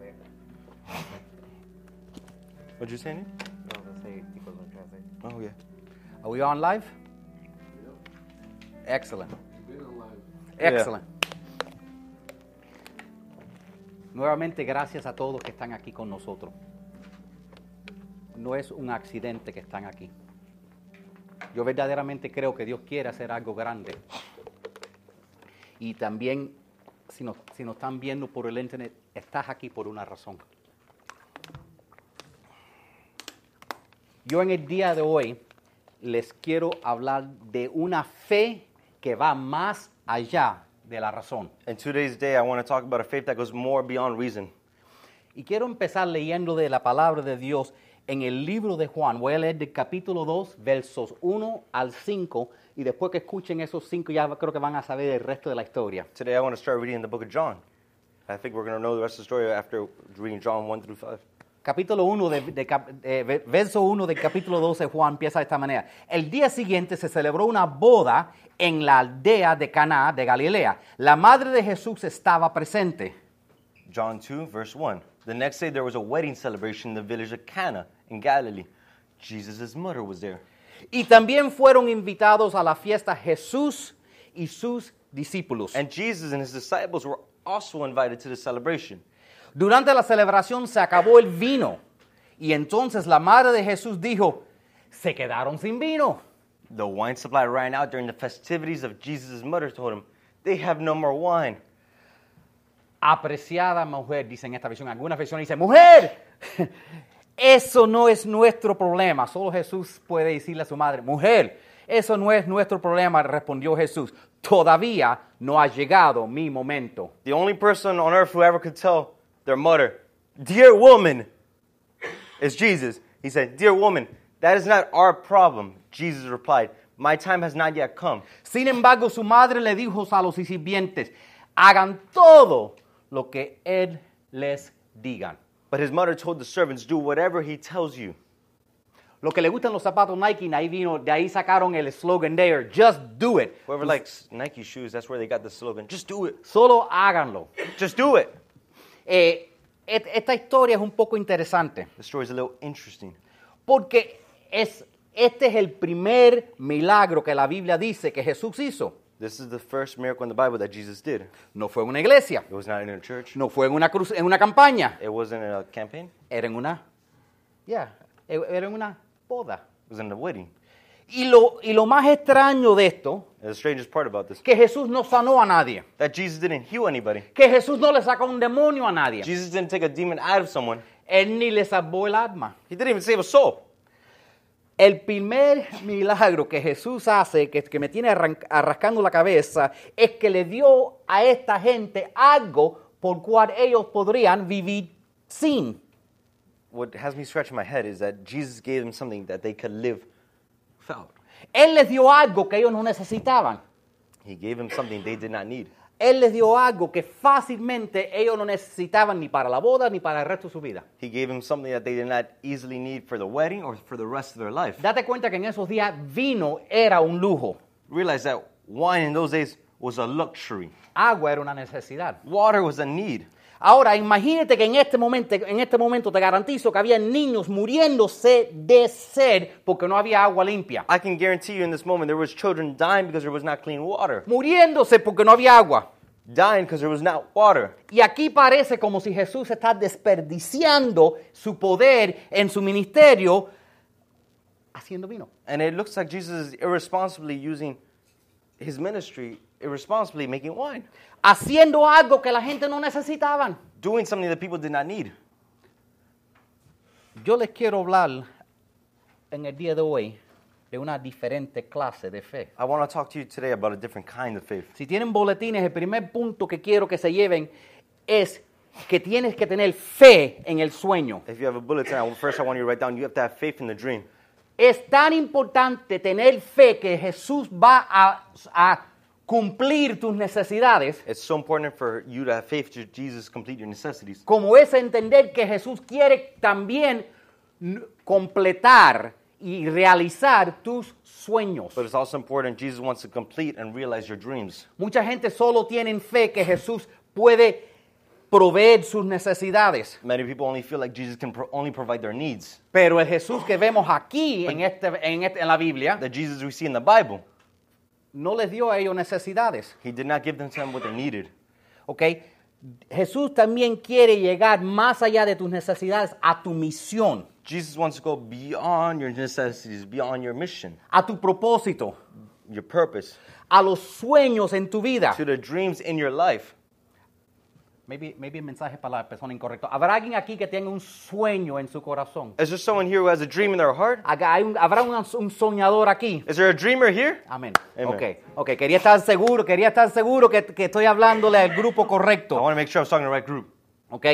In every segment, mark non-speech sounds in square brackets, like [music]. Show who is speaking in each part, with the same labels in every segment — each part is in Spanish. Speaker 1: right now.
Speaker 2: What'd you say, Nick?
Speaker 1: No, that's how it goes on translate.
Speaker 2: Oh, yeah.
Speaker 3: Are we on live? Excellent. Excellent. Nuevamente, gracias a todos que están aquí con nosotros. No es un accidente que están aquí. Yo verdaderamente creo que Dios quiere hacer algo grande. Y también, si nos, si nos están viendo por el internet, estás aquí por una razón. Yo en el día de hoy les quiero hablar de una fe que va más allá de la razón.
Speaker 2: And today's day, I want to talk about a faith that goes more beyond reason.
Speaker 3: Y quiero empezar leyendo de la palabra de Dios en el libro de Juan. Voy a leer del capítulo 2, versos 1 al 5, y después que escuchen esos 5 ya creo que van a saber el resto de la historia.
Speaker 2: Today, I want to start reading the book of John. I think we're going to know the rest of the story after reading John 1 through 5.
Speaker 3: Capítulo 1 de, de cap- eh, ve- verso 1 del capítulo 12 Juan empieza de esta manera. El día siguiente se celebró una boda en la aldea de Caná de Galilea. La madre de Jesús estaba presente.
Speaker 2: John 2, verse 1. The next day, there was a wedding celebration in the village of Cana in Galilee. Jesus' mother was there.
Speaker 3: Y también fueron invitados a la fiesta Jesús y sus discípulos.
Speaker 2: And Jesus and his disciples were also invited to the celebration.
Speaker 3: Durante la celebración se acabó el vino. Y entonces la madre de Jesús dijo, se quedaron sin vino.
Speaker 2: The wine supply ran out during the festivities of Jesus' mother told him, They have no more wine.
Speaker 3: Apreciada mujer, dice en esta visión, algunas versiones dicen, mujer, [laughs] eso no es nuestro problema. Solo Jesús puede decirle a su madre, mujer, eso no es nuestro problema, respondió Jesús. Todavía no ha llegado mi momento.
Speaker 2: The only person on earth who ever could tell their mother, Dear woman, is Jesus. He said, Dear woman, that is not our problem. Jesus replied, My time has not yet come.
Speaker 3: Sin embargo, su madre le dijo a los sirvientes, hagan todo lo que él les diga.
Speaker 2: But his mother told the servants, Do whatever he tells you.
Speaker 3: Lo que le gustan los zapatos Nike, ahí vino, de ahí sacaron el slogan there, just do it.
Speaker 2: Whoever likes Nike shoes, that's where they got the slogan. Just do it.
Speaker 3: Solo háganlo.
Speaker 2: Just do it.
Speaker 3: Eh, et- esta historia es un poco interesante
Speaker 2: The story's a little interesting
Speaker 3: porque es, este es el primer milagro que la Biblia dice que Jesús hizo.
Speaker 2: This is the first miracle in the Bible that Jesus did.
Speaker 3: No fue en una iglesia,
Speaker 2: It was not in a church.
Speaker 3: no fue en una, cruz, en una campaña,
Speaker 2: It wasn't in a campaign.
Speaker 3: era en una, yeah, era en una boda.
Speaker 2: It was in a wedding.
Speaker 3: Y lo, y lo más extraño de esto,
Speaker 2: And the strangest part about this,
Speaker 3: que Jesús no sanó a nadie,
Speaker 2: that Jesus didn't heal anybody.
Speaker 3: que Jesús no le sacó un demonio a nadie,
Speaker 2: Jesus didn't take a demon out of someone.
Speaker 3: Él ni le salvó el alma.
Speaker 2: He didn't even save a soul.
Speaker 3: El primer milagro que Jesús hace, que, que me tiene arran- arrascando la cabeza, es que le dio a esta gente algo por cual ellos podrían vivir sin.
Speaker 2: What has me scratching my head is that Jesus gave them something that they could live without.
Speaker 3: Él les dio algo que ellos no necesitaban.
Speaker 2: He gave them something they did not need.
Speaker 3: Él les dio algo que fácilmente ellos no necesitaban ni para la boda ni para el resto de su vida.
Speaker 2: He gave them something that they did not easily need for the wedding or for the rest of their life.
Speaker 3: Date cuenta que en esos días vino era un lujo,
Speaker 2: Realize that wine in those days was a luxury.
Speaker 3: agua era una necesidad.
Speaker 2: Water was a need.
Speaker 3: Ahora, imagínate que en este momento, en este momento te garantizo que había niños muriéndose de sed porque no había agua limpia.
Speaker 2: I can guarantee you in this moment there was children dying because there was not clean water.
Speaker 3: Muriéndose porque no había agua.
Speaker 2: Dying because there was not water.
Speaker 3: Y aquí parece como si Jesús está desperdiciando su poder en su ministerio haciendo vino.
Speaker 2: And it looks like Jesus is irresponsibly using his ministry, irresponsibly making wine,
Speaker 3: Haciendo algo que la gente no necesitaban.
Speaker 2: doing something that people did not need.
Speaker 3: Yo les quiero hablar en el día de hoy de una diferente clase de fe.
Speaker 2: I want to talk to you today about a different kind of faith.
Speaker 3: Si tienen boletines, el primer punto que quiero que se lleven es que tienes que tener fe en el sueño.
Speaker 2: If you have a bulletin, I- first I want you to write down you have to have faith in the dream.
Speaker 3: Es tan importante tener fe que Jesús va a, a cumplir tus necesidades
Speaker 2: It's so important for you to have faith to Jesus complete your necessities.
Speaker 3: como es entender que Jesús quiere también n- completar y realizar tus sueños.
Speaker 2: But it's also important Jesus wants to complete and realize your dreams.
Speaker 3: Mucha gente solo tiene fe que Jesús puede proveer sus necesidades.
Speaker 2: Many people only feel like Jesus can pro- only provide their needs.
Speaker 3: Pero el Jesús que vemos aquí en, este, en, este- en la Biblia
Speaker 2: The Jesus we see in the Bible,
Speaker 3: no les dio a ellos necesidades.
Speaker 2: he did not give them to them what they needed.
Speaker 3: ¿ok? Jesús también quiere llegar más allá de tus necesidades a tu misión,
Speaker 2: Jesus wants to go beyond your necessities, beyond your mission,
Speaker 3: a tu propósito,
Speaker 2: your purpose,
Speaker 3: a los sueños en tu vida.
Speaker 2: to the dreams in your life.
Speaker 3: Maybe, maybe el mensaje para la persona incorrecta. ¿Habrá alguien aquí que tenga un sueño en su corazón?
Speaker 2: Is there someone here who has a dream in their heart?
Speaker 3: Haga- hay un- ¿Habrá un, un soñador aquí?
Speaker 2: Is there a dreamer here?
Speaker 3: Amén.
Speaker 2: Amen.
Speaker 3: Ok, ok. Quería estar seguro, quería estar seguro que, que estoy hablándole al grupo
Speaker 2: I
Speaker 3: correcto.
Speaker 2: want to make sure I'm talking to the right group.
Speaker 3: Ok,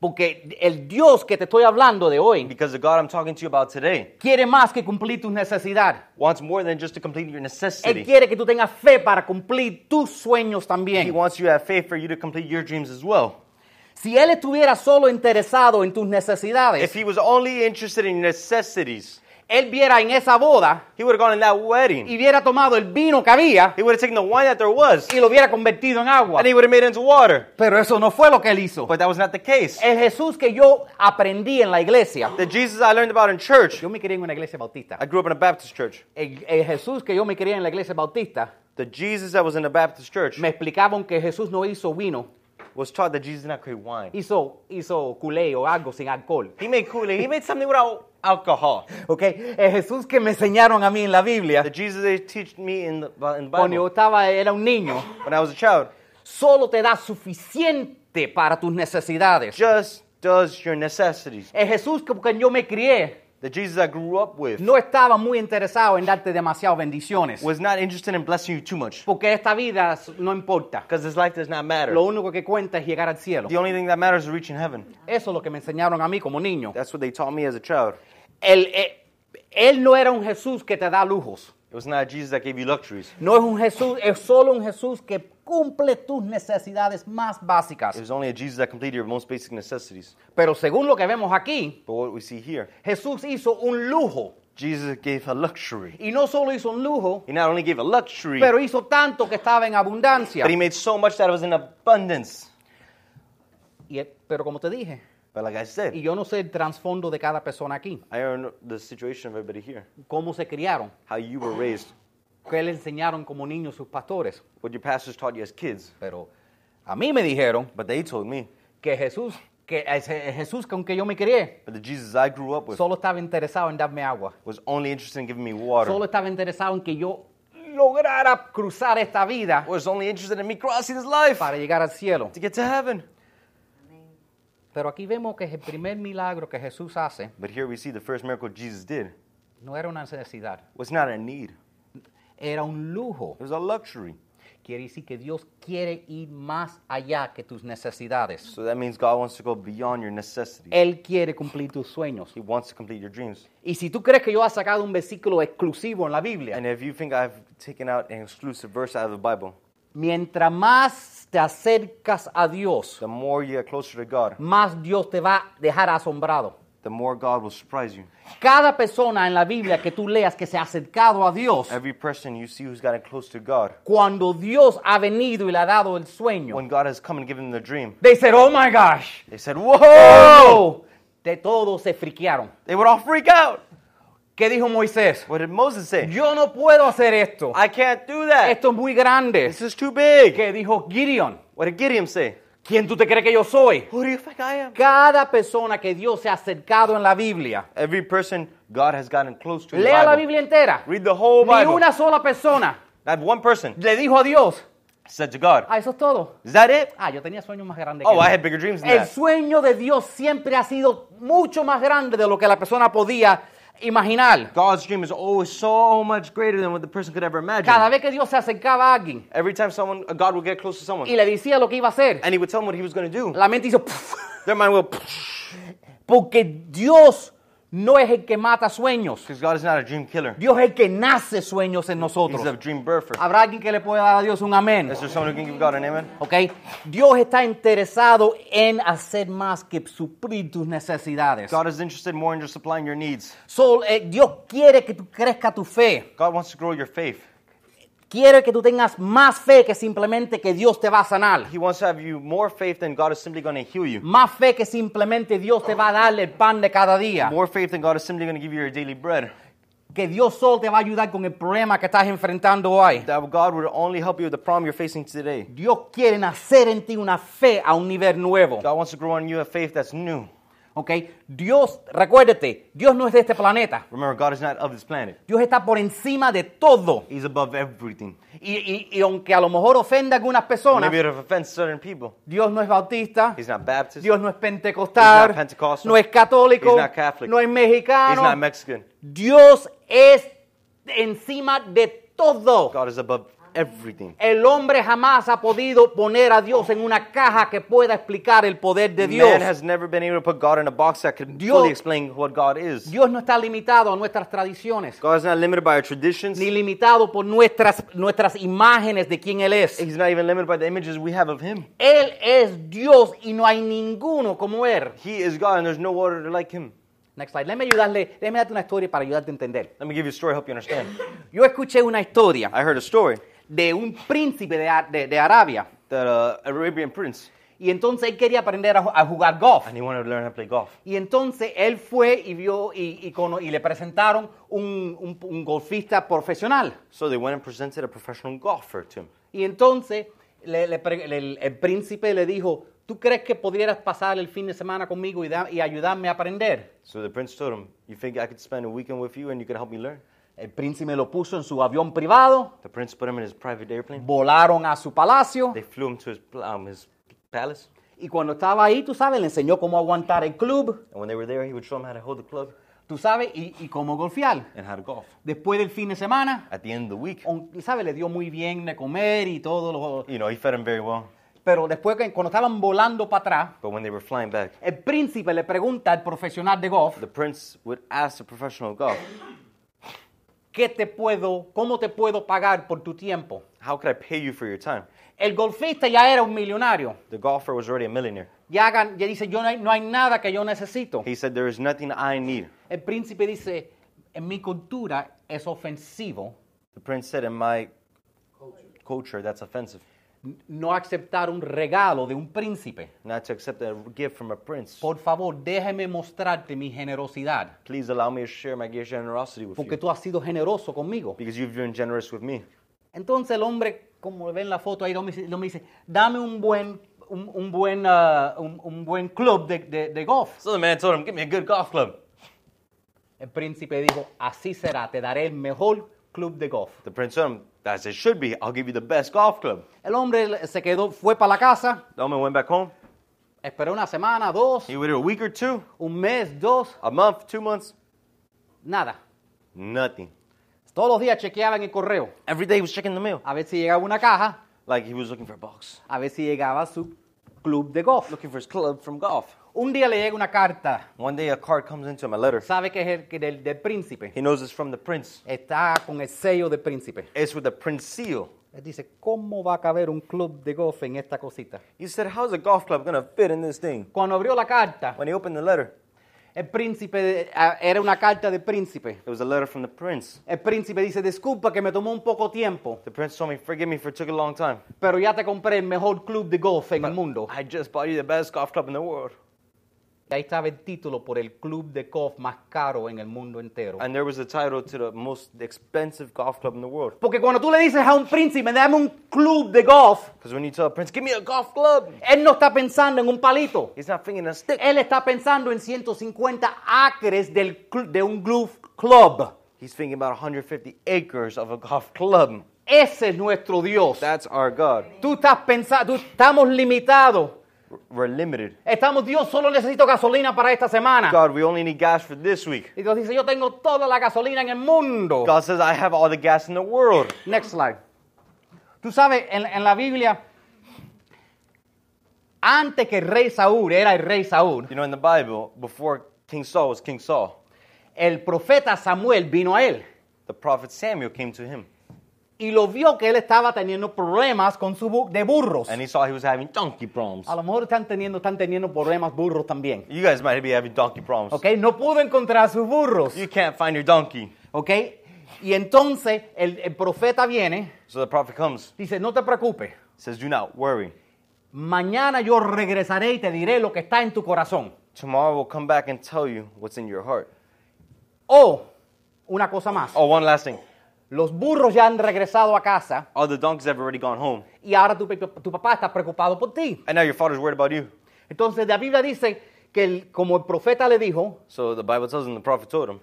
Speaker 3: porque el Dios que te estoy hablando de hoy
Speaker 2: Because the God I'm talking to you about today
Speaker 3: quiere más que cumplir tus necesidades.
Speaker 2: wants more than just to complete your
Speaker 3: Él
Speaker 2: necessity.
Speaker 3: quiere que tú tengas fe para cumplir tus sueños
Speaker 2: He
Speaker 3: también.
Speaker 2: wants you to have faith for you to complete your dreams as well.
Speaker 3: Si Él estuviera solo interesado en tus
Speaker 2: If
Speaker 3: necesidades,
Speaker 2: he was only interested in necessities,
Speaker 3: Él viera en esa boda
Speaker 2: he would have gone in that wedding.
Speaker 3: y hubiera tomado el vino que había
Speaker 2: He would have taken the wine that there was
Speaker 3: y lo hubiera convertido en agua.
Speaker 2: and he would have made it into water.
Speaker 3: Pero eso no fue lo que Él hizo.
Speaker 2: But that was not the case.
Speaker 3: El Jesús que yo aprendí en la iglesia.
Speaker 2: The Jesus I learned about in church,
Speaker 3: Yo me crié en una iglesia bautista.
Speaker 2: I grew up in a Baptist church.
Speaker 3: El, el Jesús que yo me crié en la iglesia bautista
Speaker 2: The Jesus that was in the Baptist church
Speaker 3: me explicaban que Jesús no hizo vino,
Speaker 2: was taught that Jesus did not create wine.
Speaker 3: hizo, hizo culé o algo sin alcohol.
Speaker 2: He made Kool Aid, he made something without alcohol.
Speaker 3: ¿Ok? El Jesús que me enseñaron a mí en la Biblia.
Speaker 2: The Jesus they teach me in the, in the
Speaker 3: cuando yo
Speaker 2: Bible
Speaker 3: estaba, era un niño,
Speaker 2: when I was a child
Speaker 3: solo te da suficiente para tus necesidades.
Speaker 2: just does your necessities.
Speaker 3: El Jesús que que yo me crié
Speaker 2: The Jesus I grew up with
Speaker 3: no estaba muy interesado en darte demasiadas bendiciones,
Speaker 2: was not interested in blessing you too much
Speaker 3: porque esta vida no importa.
Speaker 2: because this life does not matter.
Speaker 3: Lo único que cuenta es llegar al cielo.
Speaker 2: The only thing that matters is reaching heaven.
Speaker 3: Eso es lo que me enseñaron a mí como niño.
Speaker 2: That's what they taught me as a child.
Speaker 3: Él, eh, él no era un Jesús que te da lujos.
Speaker 2: It was not a Jesus that gave you luxuries.
Speaker 3: No es un Jesús, es solo un Jesús que cumple tus necesidades más
Speaker 2: It
Speaker 3: básicas.
Speaker 2: was only a Jesus that completed your most basic necessities.
Speaker 3: Pero según lo que vemos aquí,
Speaker 2: But what we see here,
Speaker 3: Jesús hizo un lujo.
Speaker 2: Jesus gave a luxury.
Speaker 3: Y no solo hizo un lujo,
Speaker 2: He not only gave a luxury,
Speaker 3: pero hizo tanto que estaba en abundancia.
Speaker 2: but he made so much that it was in abundance.
Speaker 3: Y él- pero como te dije,
Speaker 2: But like I
Speaker 3: y
Speaker 2: said,
Speaker 3: yo no sé el trasfondo de cada persona aquí,
Speaker 2: I don't know the situation of everybody here,
Speaker 3: cómo se criaron,
Speaker 2: how you were raised,
Speaker 3: qué le enseñaron como niños sus pastores.
Speaker 2: what your pastors taught you as kids.
Speaker 3: Pero a mí me dijeron
Speaker 2: But they told me,
Speaker 3: que Jesús, que ese Jesús con que yo me crié,
Speaker 2: but the Jesus I grew up with
Speaker 3: solo estaba interesado en darme agua.
Speaker 2: was only interested in giving me water.
Speaker 3: Solo estaba interesado en que yo lograra cruzar esta vida
Speaker 2: was only interested in me crossing his life
Speaker 3: para llegar al cielo.
Speaker 2: to get to heaven.
Speaker 3: Pero aquí vemos que el primer milagro que Jesús hace
Speaker 2: But here we see the first miracle Jesus did
Speaker 3: no era una necesidad,
Speaker 2: was not a need,
Speaker 3: era un lujo.
Speaker 2: it was a luxury.
Speaker 3: Quiere decir que Dios quiere ir más allá que tus necesidades.
Speaker 2: So that means God wants to go beyond your necessities.
Speaker 3: Él quiere cumplir tus sueños.
Speaker 2: He wants to complete your dreams.
Speaker 3: Y si tú crees que yo he sacado un versículo exclusivo en la Biblia,
Speaker 2: And if you think I've taken out an exclusive verse out of the Bible,
Speaker 3: mientras más te acercas a Dios,
Speaker 2: the more you get closer to God,
Speaker 3: más Dios te va a dejar asombrado.
Speaker 2: the more God will surprise you.
Speaker 3: Cada persona en la Biblia que tú leas que se ha acercado a Dios,
Speaker 2: Every person you see who's gotten close to God,
Speaker 3: cuando Dios ha venido y le ha dado el sueño,
Speaker 2: when God has come and given them the dream,
Speaker 3: they said, oh my gosh,
Speaker 2: they said, Whoa!
Speaker 3: oh, de todos se friquearon.
Speaker 2: They would all freak out.
Speaker 3: ¿Qué dijo Moisés?
Speaker 2: What did Moses say?
Speaker 3: Yo no puedo hacer esto.
Speaker 2: I can't do that.
Speaker 3: Esto es muy grande.
Speaker 2: This is too big.
Speaker 3: que dijo Gideon,
Speaker 2: What did Gideon say?
Speaker 3: ¿quién tú te crees que yo soy?
Speaker 2: Who do you think I am?
Speaker 3: Cada persona que Dios se ha acercado en la Biblia,
Speaker 2: Every person God has gotten close to. in the
Speaker 3: lea la
Speaker 2: Bible.
Speaker 3: Biblia entera,
Speaker 2: Read the whole
Speaker 3: ni
Speaker 2: Bible.
Speaker 3: una sola persona
Speaker 2: Not one person
Speaker 3: le dijo a Dios,
Speaker 2: said to God,
Speaker 3: ah, eso es todo.
Speaker 2: Is that it?
Speaker 3: Ah, yo tenía sueños más grandes
Speaker 2: Oh,
Speaker 3: que
Speaker 2: I
Speaker 3: eso.
Speaker 2: had bigger dreams than
Speaker 3: El
Speaker 2: that.
Speaker 3: sueño de Dios siempre ha sido mucho más grande de lo que la persona podía imaginar.
Speaker 2: God's dream is always so much greater than what the person could ever imagine.
Speaker 3: Cada vez que Dios se acercaba a alguien
Speaker 2: Every time someone, a God would get close to someone,
Speaker 3: y le decía lo que iba a hacer,
Speaker 2: and he would tell them what he was going to do.
Speaker 3: la mente hizo, "Puf".
Speaker 2: Their mind will,
Speaker 3: porque Dios no es el que mata sueños.
Speaker 2: because God is not a dream killer.
Speaker 3: Dios es el que nace sueños en
Speaker 2: He's
Speaker 3: nosotros.
Speaker 2: a dream birther.
Speaker 3: Habrá alguien que le pueda dar a Dios un amén.
Speaker 2: Is there someone who can give God an amen?
Speaker 3: ¿Ok? Dios está interesado en hacer más que suplir tus necesidades.
Speaker 2: God is interested more in just supplying your needs.
Speaker 3: So, eh, Dios quiere que tú crezca tu fe.
Speaker 2: God wants to grow your faith.
Speaker 3: Quiere que tú tengas más fe que simplemente que Dios te va a sanar.
Speaker 2: He wants to have you more faith than God is simply going to heal you.
Speaker 3: Más fe que simplemente Dios te va a dar el pan de cada día.
Speaker 2: More faith than God is simply going to give you your daily bread.
Speaker 3: Que Dios solo te va a ayudar con el problema que estás enfrentando hoy.
Speaker 2: That God would only help you with the problem you're facing today.
Speaker 3: Dios quiere nacer en ti una fe a un nivel nuevo.
Speaker 2: God wants to grow in you a faith that's new.
Speaker 3: ¿Ok? Dios, recuérdate, Dios no es de este planeta.
Speaker 2: Remember, God is not of this planet.
Speaker 3: Dios está por encima de todo.
Speaker 2: He's above everything.
Speaker 3: Y, y- y aunque a lo mejor ofenda a algunas personas,
Speaker 2: Maybe it offends certain people.
Speaker 3: Dios no es bautista,
Speaker 2: He's not Baptist.
Speaker 3: Dios no es pentecostal,
Speaker 2: He's not Pentecostal.
Speaker 3: no es católico,
Speaker 2: He's not Catholic.
Speaker 3: no es
Speaker 2: He's
Speaker 3: mexicano.
Speaker 2: not Mexican.
Speaker 3: Dios es encima de todo.
Speaker 2: God is above everything.
Speaker 3: El hombre jamás ha podido poner a Dios en una caja que pueda explicar el poder de Dios.
Speaker 2: Man has never been able to put God in a box that could
Speaker 3: Dios-
Speaker 2: fully explain what God is.
Speaker 3: Dios no está limitado a nuestras tradiciones,
Speaker 2: God is not limited by our traditions.
Speaker 3: ni limitado por nuestras, nuestras imágenes de quién Él es.
Speaker 2: He's not even limited by the images we have of Him.
Speaker 3: Él es Dios y no hay ninguno como Él.
Speaker 2: He is God, and there's no other like Him.
Speaker 3: Next slide. Déjame ayudarle, déjame darte una historia para ayudarte a entender.
Speaker 2: Let me give you a story, help you understand.
Speaker 3: Yo escuché una historia
Speaker 2: I heard a story
Speaker 3: de un príncipe de, Ar- de- de Arabia
Speaker 2: that uh, Arabian prince,
Speaker 3: y entonces él quería aprender a, ju- a jugar golf.
Speaker 2: and he wanted to learn how to play golf.
Speaker 3: Y entonces él fue y vio y, y cono- y le presentaron un, un- un golfista profesional.
Speaker 2: So they went and presented a professional golfer to him.
Speaker 3: Y entonces le- le pre- le- el, el príncipe le dijo, ¿tú crees que podrías pasar el fin de semana conmigo y, da- y ayudarme a aprender?
Speaker 2: So the prince told him, "You think I could spend a weekend with you, and you could help me learn?"
Speaker 3: El príncipe lo puso en su avión privado,
Speaker 2: The prince put him in his private airplane.
Speaker 3: volaron a su palacio
Speaker 2: They flew him to his pl- um, his palace,
Speaker 3: y cuando estaba ahí, tú sabes, le enseñó cómo aguantar el club,
Speaker 2: and when they were there, he would show him how to hold the club
Speaker 3: tú sabes, y, y cómo golfear.
Speaker 2: and how to golf.
Speaker 3: Después del fin de semana,
Speaker 2: At the end of the week,
Speaker 3: on- ¿sabes? Le dio muy bien de comer y todo. lo-
Speaker 2: you know, he fed him very well.
Speaker 3: pero después, que- cuando estaban volando para atrás,
Speaker 2: But when they were flying back,
Speaker 3: El príncipe le pregunta al profesional de golf,
Speaker 2: the prince would ask the professional golf,
Speaker 3: ¿qué te puedo, cómo te puedo pagar por tu tiempo?
Speaker 2: "How could I pay you for your time?"
Speaker 3: El golfista ya era un millonario.
Speaker 2: The golfer was already a millionaire.
Speaker 3: Ya, gan- ya dice, yo no hay, no hay nada que yo necesito.
Speaker 2: He said, "There is nothing I need."
Speaker 3: El príncipe dice, en mi cultura es ofensivo
Speaker 2: The prince said, "In my culture, that's offensive.
Speaker 3: no aceptar un regalo de un príncipe.
Speaker 2: Not to accept a gift from a prince.
Speaker 3: Por favor, déjeme mostrarte mi generosidad,
Speaker 2: Please allow me to share my gift of generosity with
Speaker 3: porque
Speaker 2: you,
Speaker 3: tú has sido generoso conmigo.
Speaker 2: because you've been generous with me."
Speaker 3: Entonces el hombre, como ven la foto ahí, el hombre dice, el hombre dice, dame un buen, un, un buen, ah, un, un buen club de, de- de golf.
Speaker 2: So the man told him, "Give me a good golf club."
Speaker 3: El príncipe dijo, así será, te daré el mejor club de golf.
Speaker 2: The prince told him, "As it should be. I'll give you the best golf club."
Speaker 3: El hombre se quedó, fue para la casa,
Speaker 2: The woman went back home.
Speaker 3: esperó una semana, dos,
Speaker 2: He waited a week or two,
Speaker 3: un mes, dos,
Speaker 2: a month, two months,
Speaker 3: nada.
Speaker 2: nothing.
Speaker 3: Todos los días chequeaban el correo,
Speaker 2: Every day he was checking the mail,
Speaker 3: a ver si llegaba una caja,
Speaker 2: like he was looking for a box,
Speaker 3: a ver si llegaba su club de golf.
Speaker 2: looking for his club from golf.
Speaker 3: Un día le llega una carta,
Speaker 2: One day a card comes into him, a letter.
Speaker 3: sabe que es el, que del, del príncipe,
Speaker 2: He knows it's from the prince.
Speaker 3: está con el sello del príncipe.
Speaker 2: It's with the prince seal.
Speaker 3: Él dice, ¿cómo va a caber un club de golf en esta cosita?
Speaker 2: He said, "How's a golf club gonna fit in this thing?"
Speaker 3: Cuando abrió la carta,
Speaker 2: When he opened the letter,
Speaker 3: el príncipe, de- ah, era una carta del príncipe.
Speaker 2: it was a letter from the prince.
Speaker 3: El príncipe dice, disculpa que me tomó un poco tiempo,
Speaker 2: The prince told me, "Forgive me for it took a long time.
Speaker 3: pero ya te compré el mejor club de golf en el mundo.
Speaker 2: I just bought you the best golf club in the world."
Speaker 3: Y ahí estaba el título por el club de golf más caro en el mundo entero.
Speaker 2: And there was a title to the most expensive golf club in the world.
Speaker 3: Porque cuando tú le dices a un príncipe, dame un club de golf,
Speaker 2: Because when you tell a prince, "Give me a golf club,"
Speaker 3: él no está pensando en un palito.
Speaker 2: he's not thinking a stick.
Speaker 3: Él está pensando en 150 acres del clu- de un golf club.
Speaker 2: He's thinking about 150 acres of a golf club.
Speaker 3: Ese es nuestro Dios.
Speaker 2: That's our God.
Speaker 3: Tú estás pensando, tú- estamos limitados.
Speaker 2: We're limited.
Speaker 3: Estamos, Dios, solo necesito gasolina para esta semana.
Speaker 2: God, we only need gas for this week.
Speaker 3: Y Dios dice, yo tengo toda la gasolina en el mundo.
Speaker 2: God says, "I have all the gas in the world."
Speaker 3: Next slide. Tú sabes, en, en la Biblia, antes que el rey Saúl era el rey Saúl,
Speaker 2: You know, in the Bible, before King Saul was King Saul,
Speaker 3: el profeta Samuel vino a él
Speaker 2: the prophet Samuel came to him,
Speaker 3: y lo vio que él estaba teniendo problemas con su bu- de burros.
Speaker 2: and he saw he was having donkey problems.
Speaker 3: A lo mejor están teniendo, están teniendo problemas burros también.
Speaker 2: You guys might be having donkey problems.
Speaker 3: ¿Ok? No pudo encontrar sus burros.
Speaker 2: You can't find your donkey.
Speaker 3: ¿Ok? Y entonces el, el profeta viene,
Speaker 2: So the prophet comes,
Speaker 3: dice, no te preocupes,
Speaker 2: says, Do not worry.
Speaker 3: mañana yo regresaré y te diré lo que está en tu corazón.
Speaker 2: Tomorrow will come back and tell you what's in your heart.
Speaker 3: O, una cosa más,
Speaker 2: Oh, one last thing.
Speaker 3: los burros ya han regresado a casa
Speaker 2: All the donkeys have already gone home.
Speaker 3: y ahora tu, pe- tu papá está preocupado por ti.
Speaker 2: And now your father's worried about you.
Speaker 3: Entonces la Biblia dice que el- como el profeta le dijo,
Speaker 2: So the Bible tells him, the prophet told him,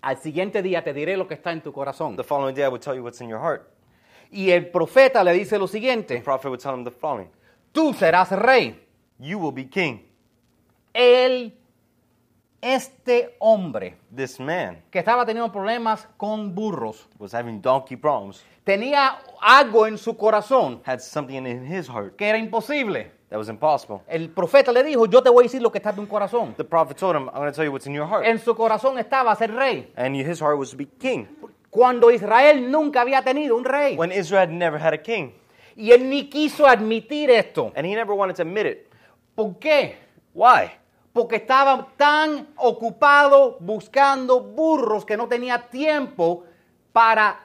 Speaker 3: al siguiente día te diré lo que está en tu corazón.
Speaker 2: the following day I will tell you what's in your heart.
Speaker 3: Y el profeta le dice lo
Speaker 2: The
Speaker 3: siguiente,
Speaker 2: prophet would tell him the following
Speaker 3: tú serás rey.
Speaker 2: You will be king.
Speaker 3: Él, este hombre
Speaker 2: This man
Speaker 3: que estaba teniendo problemas con burros,
Speaker 2: was having donkey problems,
Speaker 3: tenía algo en su corazón
Speaker 2: had something in his heart
Speaker 3: que era imposible.
Speaker 2: that was impossible.
Speaker 3: El profeta le dijo, yo te voy a decir lo que está en tu corazón.
Speaker 2: The prophet told him, I'm going to tell you what's in your heart.
Speaker 3: En su corazón estaba ser rey.
Speaker 2: And his heart was to be king.
Speaker 3: Cuando Israel nunca había tenido un rey.
Speaker 2: When Israel had never had a king,
Speaker 3: Y él ni quiso admitir esto.
Speaker 2: and he never wanted to admit it.
Speaker 3: ¿Por qué?
Speaker 2: Why?
Speaker 3: Porque estaba tan ocupado buscando burros que no tenía tiempo para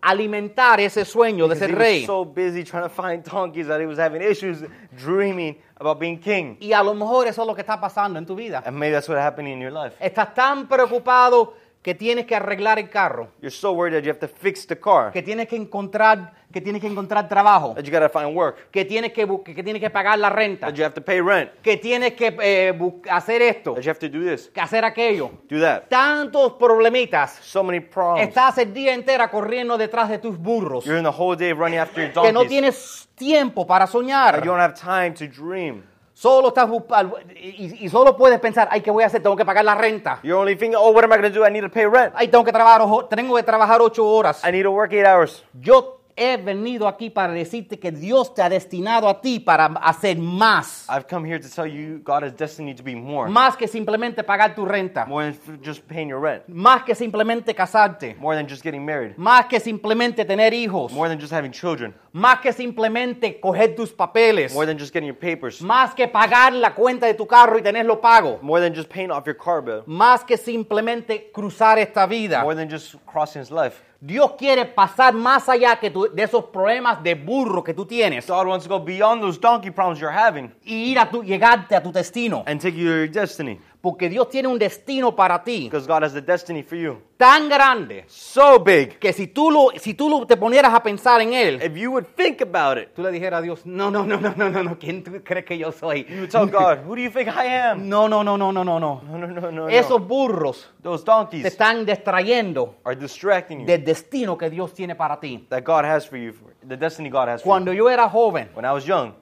Speaker 3: alimentar ese sueño de
Speaker 2: Because
Speaker 3: ser
Speaker 2: he
Speaker 3: rey.
Speaker 2: was so busy trying to find donkeys that he was having issues dreaming about being king.
Speaker 3: Y a lo mejor eso es lo que está pasando en tu vida.
Speaker 2: And maybe that's what happened in your life.
Speaker 3: Estás tan preocupado que tienes que arreglar el carro,
Speaker 2: You're so worried that you have to fix the car,
Speaker 3: que tienes que encontrar, que tienes que encontrar trabajo,
Speaker 2: that you gotta find work,
Speaker 3: que tienes que, bu- que tienes que pagar la renta,
Speaker 2: that you have to pay rent,
Speaker 3: que tienes que eh, bu- hacer esto,
Speaker 2: that you have to do this,
Speaker 3: que hacer aquello.
Speaker 2: do that.
Speaker 3: Tantos problemitas.
Speaker 2: So many problems.
Speaker 3: Estás el día entero corriendo detrás de tus burros,
Speaker 2: You're in the whole day running after your
Speaker 3: que no
Speaker 2: donkeys.
Speaker 3: tienes tiempo para
Speaker 2: that you
Speaker 3: soñar.
Speaker 2: don't have time to dream.
Speaker 3: Solo estás bu- al- y, y solo puedes pensar, ay, ¿qué voy a hacer? Tengo que pagar la renta.
Speaker 2: You're only thinking, oh, what am I gonna do? I need to pay rent.
Speaker 3: Ay, tengo que trabajar, ojo- tengo que trabajar ocho horas.
Speaker 2: I need to work eight hours.
Speaker 3: Yo he venido aquí para decirte que Dios te ha destinado a ti para hacer más.
Speaker 2: I've come here to tell you God has destined you to be more.
Speaker 3: Más que simplemente pagar tu renta.
Speaker 2: More than f- just paying your rent.
Speaker 3: Más que simplemente casarte.
Speaker 2: More than just getting married.
Speaker 3: Más que simplemente tener hijos.
Speaker 2: More than just having children.
Speaker 3: Más que simplemente coger tus papeles.
Speaker 2: More than just getting your papers.
Speaker 3: Más que pagar la cuenta de tu carro y tenerlo pago.
Speaker 2: More than just paying off your car bill.
Speaker 3: Más que simplemente cruzar esta vida.
Speaker 2: More than just crossing his life.
Speaker 3: Dios quiere pasar más allá que tú- de esos problemas de burro que tú tienes
Speaker 2: God wants to go beyond those donkey problems you're having
Speaker 3: y ir a tu, llegarte a tu destino.
Speaker 2: and take you to your destiny.
Speaker 3: Porque Dios tiene un destino para ti.
Speaker 2: Because God has a destiny for you.
Speaker 3: tan grande
Speaker 2: So big.
Speaker 3: que si tú, lo, si tú lo- te ponieras a pensar en él,
Speaker 2: If you would think about it,
Speaker 3: tú le dijeras a Dios, no, no, no, no, no, no, no, ¿quién tú crees que yo soy?
Speaker 2: you would tell God, who do you think I am? [laughs]
Speaker 3: No, no, no, no, no, no, no.
Speaker 2: No, no, no, no. no.
Speaker 3: Esos burros
Speaker 2: Those
Speaker 3: te
Speaker 2: donkeys
Speaker 3: están distrayendo
Speaker 2: are distracting you.
Speaker 3: del destino que Dios tiene para ti.
Speaker 2: That God has for you. The destiny God has for you.
Speaker 3: Cuando yo era joven,
Speaker 2: When I was young,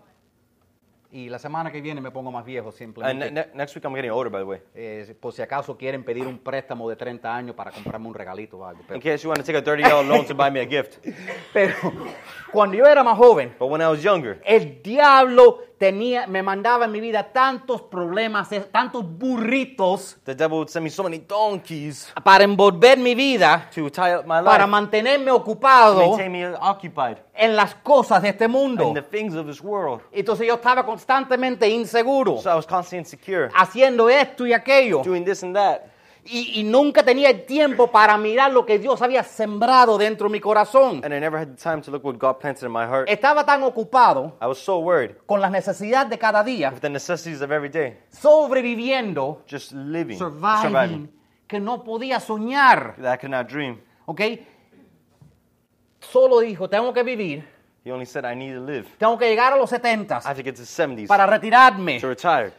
Speaker 3: y la semana que viene me pongo más viejo
Speaker 2: and ne-
Speaker 3: simplemente,
Speaker 2: ne- next week I'm getting older, by the way.
Speaker 3: eh, por si acaso quieren pedir un préstamo de 30 años para comprarme un regalito o algo.
Speaker 2: In
Speaker 3: Pero,
Speaker 2: case you want to take a $30 loan to buy me a gift.
Speaker 3: pero cuando yo era más joven,
Speaker 2: But when I was younger,
Speaker 3: El diablo tenía, me mandaba en mi vida tantos problemas, eh, tantos burritos
Speaker 2: the devil would send me so many donkeys
Speaker 3: para envolver mi vida,
Speaker 2: to tie up my
Speaker 3: para
Speaker 2: life,
Speaker 3: mantenerme
Speaker 2: to
Speaker 3: ocupado
Speaker 2: maintain me occupied
Speaker 3: en las cosas de este mundo.
Speaker 2: in the things of this world.
Speaker 3: Entonces yo estaba constantemente inseguro,
Speaker 2: So I was constantly insecure,
Speaker 3: haciendo esto y aquello,
Speaker 2: doing this and that.
Speaker 3: y, y nunca tenía el tiempo para mirar lo que Dios había sembrado dentro de mi corazón.
Speaker 2: And I never had the time to look what God planted in my heart.
Speaker 3: Estaba tan ocupado
Speaker 2: I was so worried
Speaker 3: con las necesidades de cada día,
Speaker 2: with the necessities of every day,
Speaker 3: sobreviviendo,
Speaker 2: just living,
Speaker 3: surviving, que no podía soñar.
Speaker 2: That I could not dream.
Speaker 3: ¿Ok? Solo dijo, tengo que vivir,
Speaker 2: He only said, I need to live.
Speaker 3: tengo que llegar a los
Speaker 2: I
Speaker 3: 70
Speaker 2: have to get to 70s,
Speaker 3: para retirarme,
Speaker 2: to retire,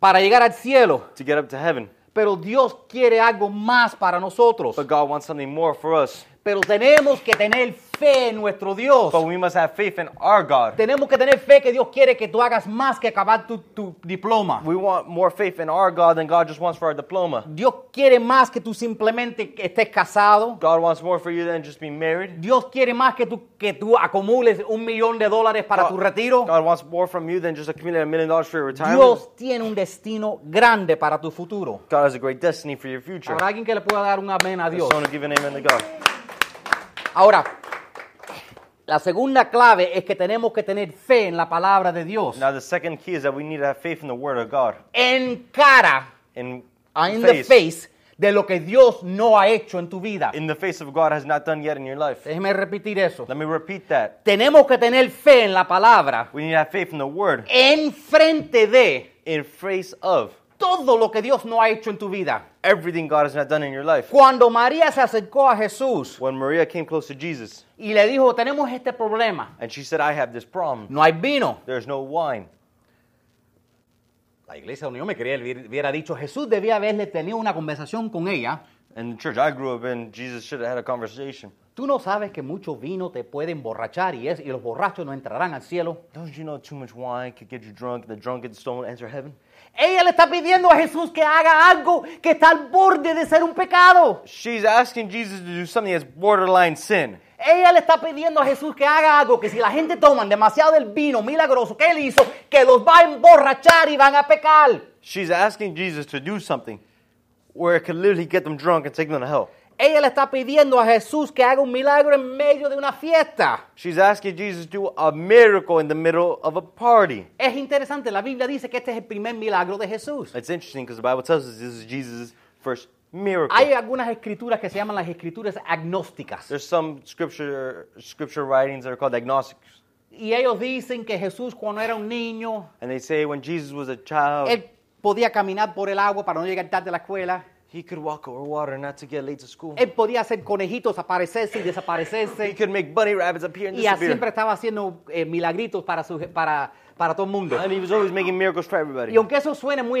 Speaker 3: para llegar al cielo.
Speaker 2: to get up to heaven.
Speaker 3: Pero Dios quiere algo más para nosotros.
Speaker 2: But God wants something more for us.
Speaker 3: Pero tenemos que tener fe en nuestro Dios.
Speaker 2: But we must have faith in our God.
Speaker 3: Tenemos que tener fe que Dios quiere que tú hagas más que acabar tu, tu diploma.
Speaker 2: We want more faith in our God than God just wants for our diploma.
Speaker 3: Dios quiere más que tú simplemente estés casado.
Speaker 2: God wants more for you than just being married.
Speaker 3: Dios quiere más que tú, que tú acumules un millón de dólares para tu
Speaker 2: God-
Speaker 3: retiro.
Speaker 2: God wants more from you than just accumulating a million dollars for your retirement.
Speaker 3: Dios tiene un destino grande para tu futuro.
Speaker 2: God has a great destiny for your future.
Speaker 3: Habrá alguien que le pueda dar un amén a Dios.
Speaker 2: Someone to give an amen to God.
Speaker 3: Ahora, la segunda clave es que tenemos que tener fe en la palabra de Dios.
Speaker 2: Now the second key is that we need to have faith in the Word of God.
Speaker 3: En cara,
Speaker 2: In
Speaker 3: Ah, in the face, de lo que Dios no ha hecho en tu vida.
Speaker 2: in the face of God has not done yet in your life.
Speaker 3: Déjeme repetir eso.
Speaker 2: Let me repeat that.
Speaker 3: Tenemos que tener fe en la palabra
Speaker 2: We need to have faith in the word
Speaker 3: en frente de
Speaker 2: in face of
Speaker 3: todo lo que Dios no ha hecho en tu vida.
Speaker 2: everything God has not done in your life.
Speaker 3: Cuando María se acercó a Jesús
Speaker 2: When Maria came close to Jesus
Speaker 3: y le dijo, tenemos este problema,
Speaker 2: and she said, I have this problem,
Speaker 3: no hay vino.
Speaker 2: there's no wine.
Speaker 3: La iglesia donde yo me creía hubiera dicho, Jesús debía haberle tenido una conversación con ella.
Speaker 2: In the church I grew up in, Jesus should have had a conversation.
Speaker 3: Tú no sabes que mucho vino te puede emborrachar y, es, y los borrachos no entrarán al cielo.
Speaker 2: Don't you know too much wine could get you drunk and the drunken don't enter heaven?
Speaker 3: Ella le está pidiendo a Jesús que haga algo que está al borde de ser un pecado.
Speaker 2: She's asking Jesus to do something that's borderline sin.
Speaker 3: Ella le está pidiendo a Jesús que haga algo que si la gente toma demasiado del vino milagroso que él hizo, que los va a emborrachar y van a pecar.
Speaker 2: She's asking Jesus to do something where it could literally get them drunk and take them to hell.
Speaker 3: Ella le está pidiendo a Jesús que haga un milagro en medio de una fiesta.
Speaker 2: She's asking Jesus to do a miracle in the middle of a party.
Speaker 3: Es interesante, la Biblia dice que este es el primer milagro de Jesús.
Speaker 2: It's interesting because the Bible tells us this is Jesus' first miracle.
Speaker 3: Hay algunas escrituras que se llaman las escrituras agnósticas.
Speaker 2: There's some scripture scripture writings that are called agnostics,
Speaker 3: Y ellos dicen que Jesús cuando era un niño,
Speaker 2: and they say when Jesus was a child,
Speaker 3: él podía caminar por el agua para no llegar tarde a la escuela.
Speaker 2: he could walk over water not to get late to school.
Speaker 3: Él podía hacer conejitos aparecerse y desaparecerse.
Speaker 2: [laughs] He could make bunny rabbits appear and
Speaker 3: y así
Speaker 2: disappear,
Speaker 3: siempre estaba haciendo eh, milagritos para, su- para, para todo
Speaker 2: [laughs]
Speaker 3: el mundo.
Speaker 2: and he was always making miracles for everybody.
Speaker 3: Y aunque eso suene muy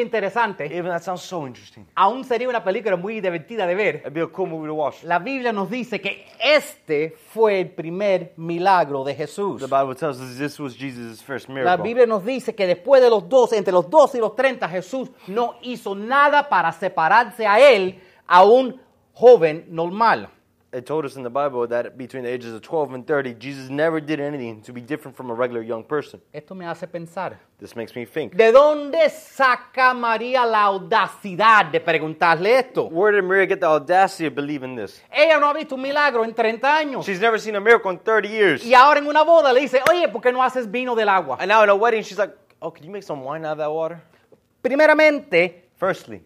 Speaker 2: [laughs]
Speaker 3: interesante,
Speaker 2: Even that sounds so interesting.
Speaker 3: aún sería una película muy divertida de ver.
Speaker 2: It'd be a cool movie to watch.
Speaker 3: La Biblia nos dice que este fue el primer milagro de Jesús.
Speaker 2: The Bible tells us this was Jesus' first
Speaker 3: La
Speaker 2: miracle.
Speaker 3: Biblia nos dice que después de los 12, entre los 12 y los 30, Jesús no hizo nada para separarse a él, a un joven normal.
Speaker 2: It told us in the Bible that between the ages of 12 and 30, Jesus never did anything to be different from a regular young person.
Speaker 3: Esto me hace pensar.
Speaker 2: This makes me think.
Speaker 3: ¿De dónde saca María la audacidad de preguntarle esto?
Speaker 2: Where did Maria get the audacity of believing this?
Speaker 3: Ella no ha visto un milagro en 30 años.
Speaker 2: She's never seen a miracle in 30 years.
Speaker 3: Y ahora en una boda le dice, oye, ¿por qué no haces vino del agua?
Speaker 2: And now in a wedding, she's like, oh, can you make some wine out of that water?
Speaker 3: Primeramente,
Speaker 2: Firstly,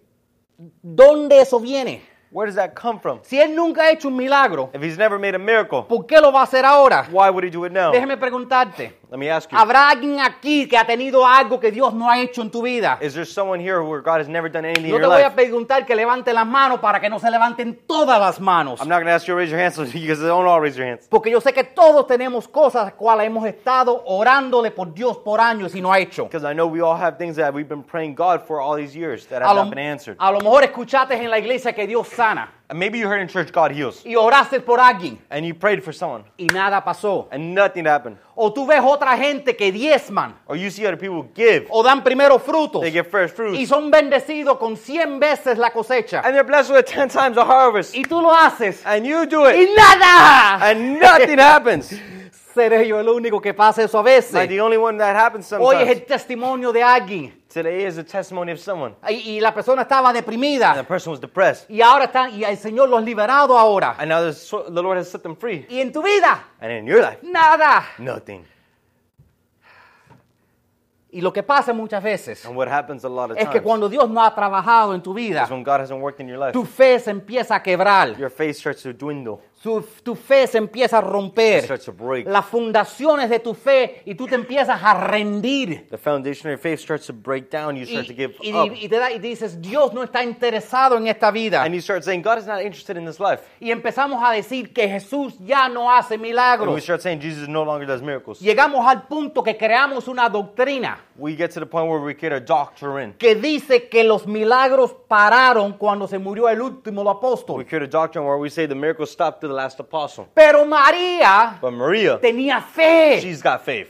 Speaker 3: ¿dónde eso viene?
Speaker 2: where does that come from?
Speaker 3: Si él nunca ha hecho un milagro,
Speaker 2: If he's never made a miracle,
Speaker 3: ¿por qué lo va a hacer ahora?
Speaker 2: why would he do it now?
Speaker 3: Déjeme preguntarte,
Speaker 2: Let me ask you.
Speaker 3: ¿habrá alguien aquí que ha tenido algo que Dios no ha hecho en tu vida?
Speaker 2: Is there someone here where God has never done anything in
Speaker 3: No
Speaker 2: your
Speaker 3: te voy a
Speaker 2: life?
Speaker 3: preguntar que levante las manos para que no se levanten todas las manos.
Speaker 2: I'm not going to ask you to raise your hands [laughs] so you guys don't all raise your hands.
Speaker 3: Porque yo sé que todos tenemos cosas las cuales hemos estado orándole por Dios por años y no ha hecho.
Speaker 2: Because I know we all have things that we've been praying God for all these years that
Speaker 3: A
Speaker 2: have
Speaker 3: lo,
Speaker 2: not been answered.
Speaker 3: a lo mejor escuchaste en la iglesia que Dios sana
Speaker 2: And maybe you heard in church God heals,
Speaker 3: y oraste por alguien
Speaker 2: and you prayed for someone,
Speaker 3: y nada pasó.
Speaker 2: and nothing happened.
Speaker 3: O tú ves otra gente que diezman
Speaker 2: Or you see other people give,
Speaker 3: o dan primero frutos
Speaker 2: they get first
Speaker 3: y
Speaker 2: fruits,
Speaker 3: son bendecidos con 100 veces la cosecha.
Speaker 2: and they're blessed with 10 times the harvest,
Speaker 3: Y tú lo haces
Speaker 2: and you do
Speaker 3: y
Speaker 2: it,
Speaker 3: nada.
Speaker 2: and
Speaker 3: [laughs]
Speaker 2: nothing happens.
Speaker 3: Seré yo el único que pasa eso a
Speaker 2: Like the
Speaker 3: veces.
Speaker 2: only one that happens
Speaker 3: Hoy es
Speaker 2: sometimes.
Speaker 3: el testimonio de alguien
Speaker 2: Today is a testimony of someone.
Speaker 3: y, y la persona estaba
Speaker 2: And the
Speaker 3: deprimida
Speaker 2: person was depressed.
Speaker 3: y ahora están y el Señor los ha liberado ahora.
Speaker 2: And now the so- the Lord has set them free.
Speaker 3: Y en tu vida,
Speaker 2: And in your life,
Speaker 3: nada.
Speaker 2: nothing.
Speaker 3: Y lo que pasa muchas veces
Speaker 2: And what happens a lot of
Speaker 3: es que
Speaker 2: times
Speaker 3: cuando Dios no ha trabajado en tu vida,
Speaker 2: is when God hasn't worked in your life,
Speaker 3: tu fe se empieza a quebrar,
Speaker 2: your faith starts to dwindle.
Speaker 3: su- tu fe se empieza a
Speaker 2: It
Speaker 3: romper,
Speaker 2: starts to break.
Speaker 3: las fundaciones de tu fe y tú te empiezas a rendir.
Speaker 2: The foundation of your faith starts to break down. You
Speaker 3: Y,
Speaker 2: start to give
Speaker 3: y-
Speaker 2: up.
Speaker 3: y te da- y dices, Dios no está interesado en esta vida.
Speaker 2: And you start saying, God is not interested in this life.
Speaker 3: Y empezamos a decir que Jesús ya no hace
Speaker 2: And we
Speaker 3: milagros.
Speaker 2: start saying Jesus no longer does miracles.
Speaker 3: Llegamos al punto que creamos una doctrina
Speaker 2: We get to the point where we get a doctrine.
Speaker 3: que dice que los milagros pararon cuando se murió el último
Speaker 2: We
Speaker 3: apóstol.
Speaker 2: create a doctrine where we say the miracles stopped to the last apostle.
Speaker 3: Pero María
Speaker 2: But Maria,
Speaker 3: tenía fe
Speaker 2: she's got faith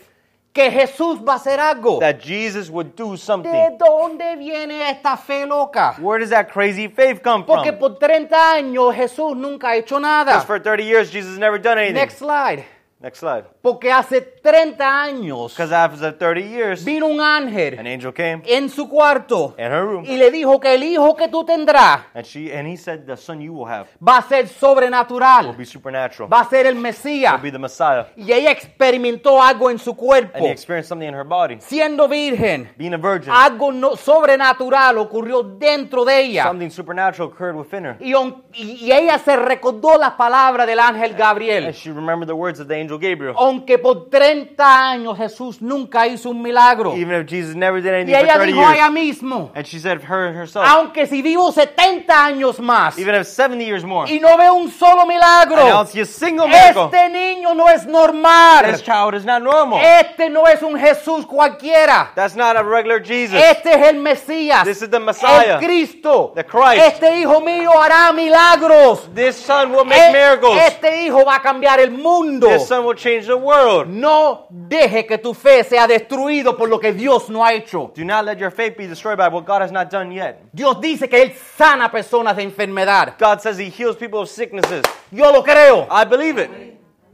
Speaker 3: que Jesús va a hacer algo.
Speaker 2: that Jesus would do
Speaker 3: ¿De
Speaker 2: something.
Speaker 3: dónde viene esta fe loca?
Speaker 2: Where does that crazy faith come from?
Speaker 3: Porque por 30 años Jesús nunca ha hecho nada.
Speaker 2: Because for 30 years, Jesus has never done anything.
Speaker 3: Next slide.
Speaker 2: Next slide.
Speaker 3: Porque hace 30 años
Speaker 2: Because after 30 years,
Speaker 3: vino un
Speaker 2: an
Speaker 3: ángel
Speaker 2: angel came
Speaker 3: en su cuarto
Speaker 2: in her room,
Speaker 3: y le dijo que el hijo que tú tendrás
Speaker 2: and she and he said, "The son you will have
Speaker 3: va a ser
Speaker 2: will
Speaker 3: sobrenatural,
Speaker 2: be supernatural.
Speaker 3: va a ser el
Speaker 2: Will
Speaker 3: Mesías.
Speaker 2: be the Messiah."
Speaker 3: Y ella experimentó algo en su
Speaker 2: And
Speaker 3: cuerpo.
Speaker 2: he experienced something in her body,
Speaker 3: Siendo virgen,
Speaker 2: being a virgin.
Speaker 3: algo no- sobrenatural ocurrió dentro de ella.
Speaker 2: Something supernatural occurred within her,
Speaker 3: Y, on- y- y ella se recordó las palabras del ángel
Speaker 2: and
Speaker 3: Gabriel.
Speaker 2: she remembered the words of the angel Gabriel.
Speaker 3: Aunque por 30 años Jesús nunca hizo un milagro.
Speaker 2: Even if Jesus never did
Speaker 3: Y
Speaker 2: anything for
Speaker 3: ella
Speaker 2: 30
Speaker 3: dijo a ella
Speaker 2: years,
Speaker 3: mismo,
Speaker 2: and she said her herself,
Speaker 3: aunque si vivo 70 años más
Speaker 2: even if 70 years more,
Speaker 3: y no veo un solo
Speaker 2: I
Speaker 3: milagro,
Speaker 2: don't see a single miracle.
Speaker 3: este niño no es
Speaker 2: This
Speaker 3: normal.
Speaker 2: child is not normal.
Speaker 3: Este no es un Jesús cualquiera.
Speaker 2: That's not a regular Jesus.
Speaker 3: Este es el Mesías,
Speaker 2: This is the Messiah,
Speaker 3: el Cristo.
Speaker 2: the Christ.
Speaker 3: Este hijo mío hará milagros.
Speaker 2: This son will
Speaker 3: E-
Speaker 2: make miracles.
Speaker 3: Este hijo va a cambiar el mundo.
Speaker 2: This son will change the world.
Speaker 3: No deje que tu fe sea destruido por lo que Dios no ha hecho.
Speaker 2: Do not let your faith be destroyed by what God has not done yet.
Speaker 3: Dios dice que Él sana personas de enfermedad.
Speaker 2: God says He heals people of sicknesses.
Speaker 3: Yo lo creo.
Speaker 2: I believe it.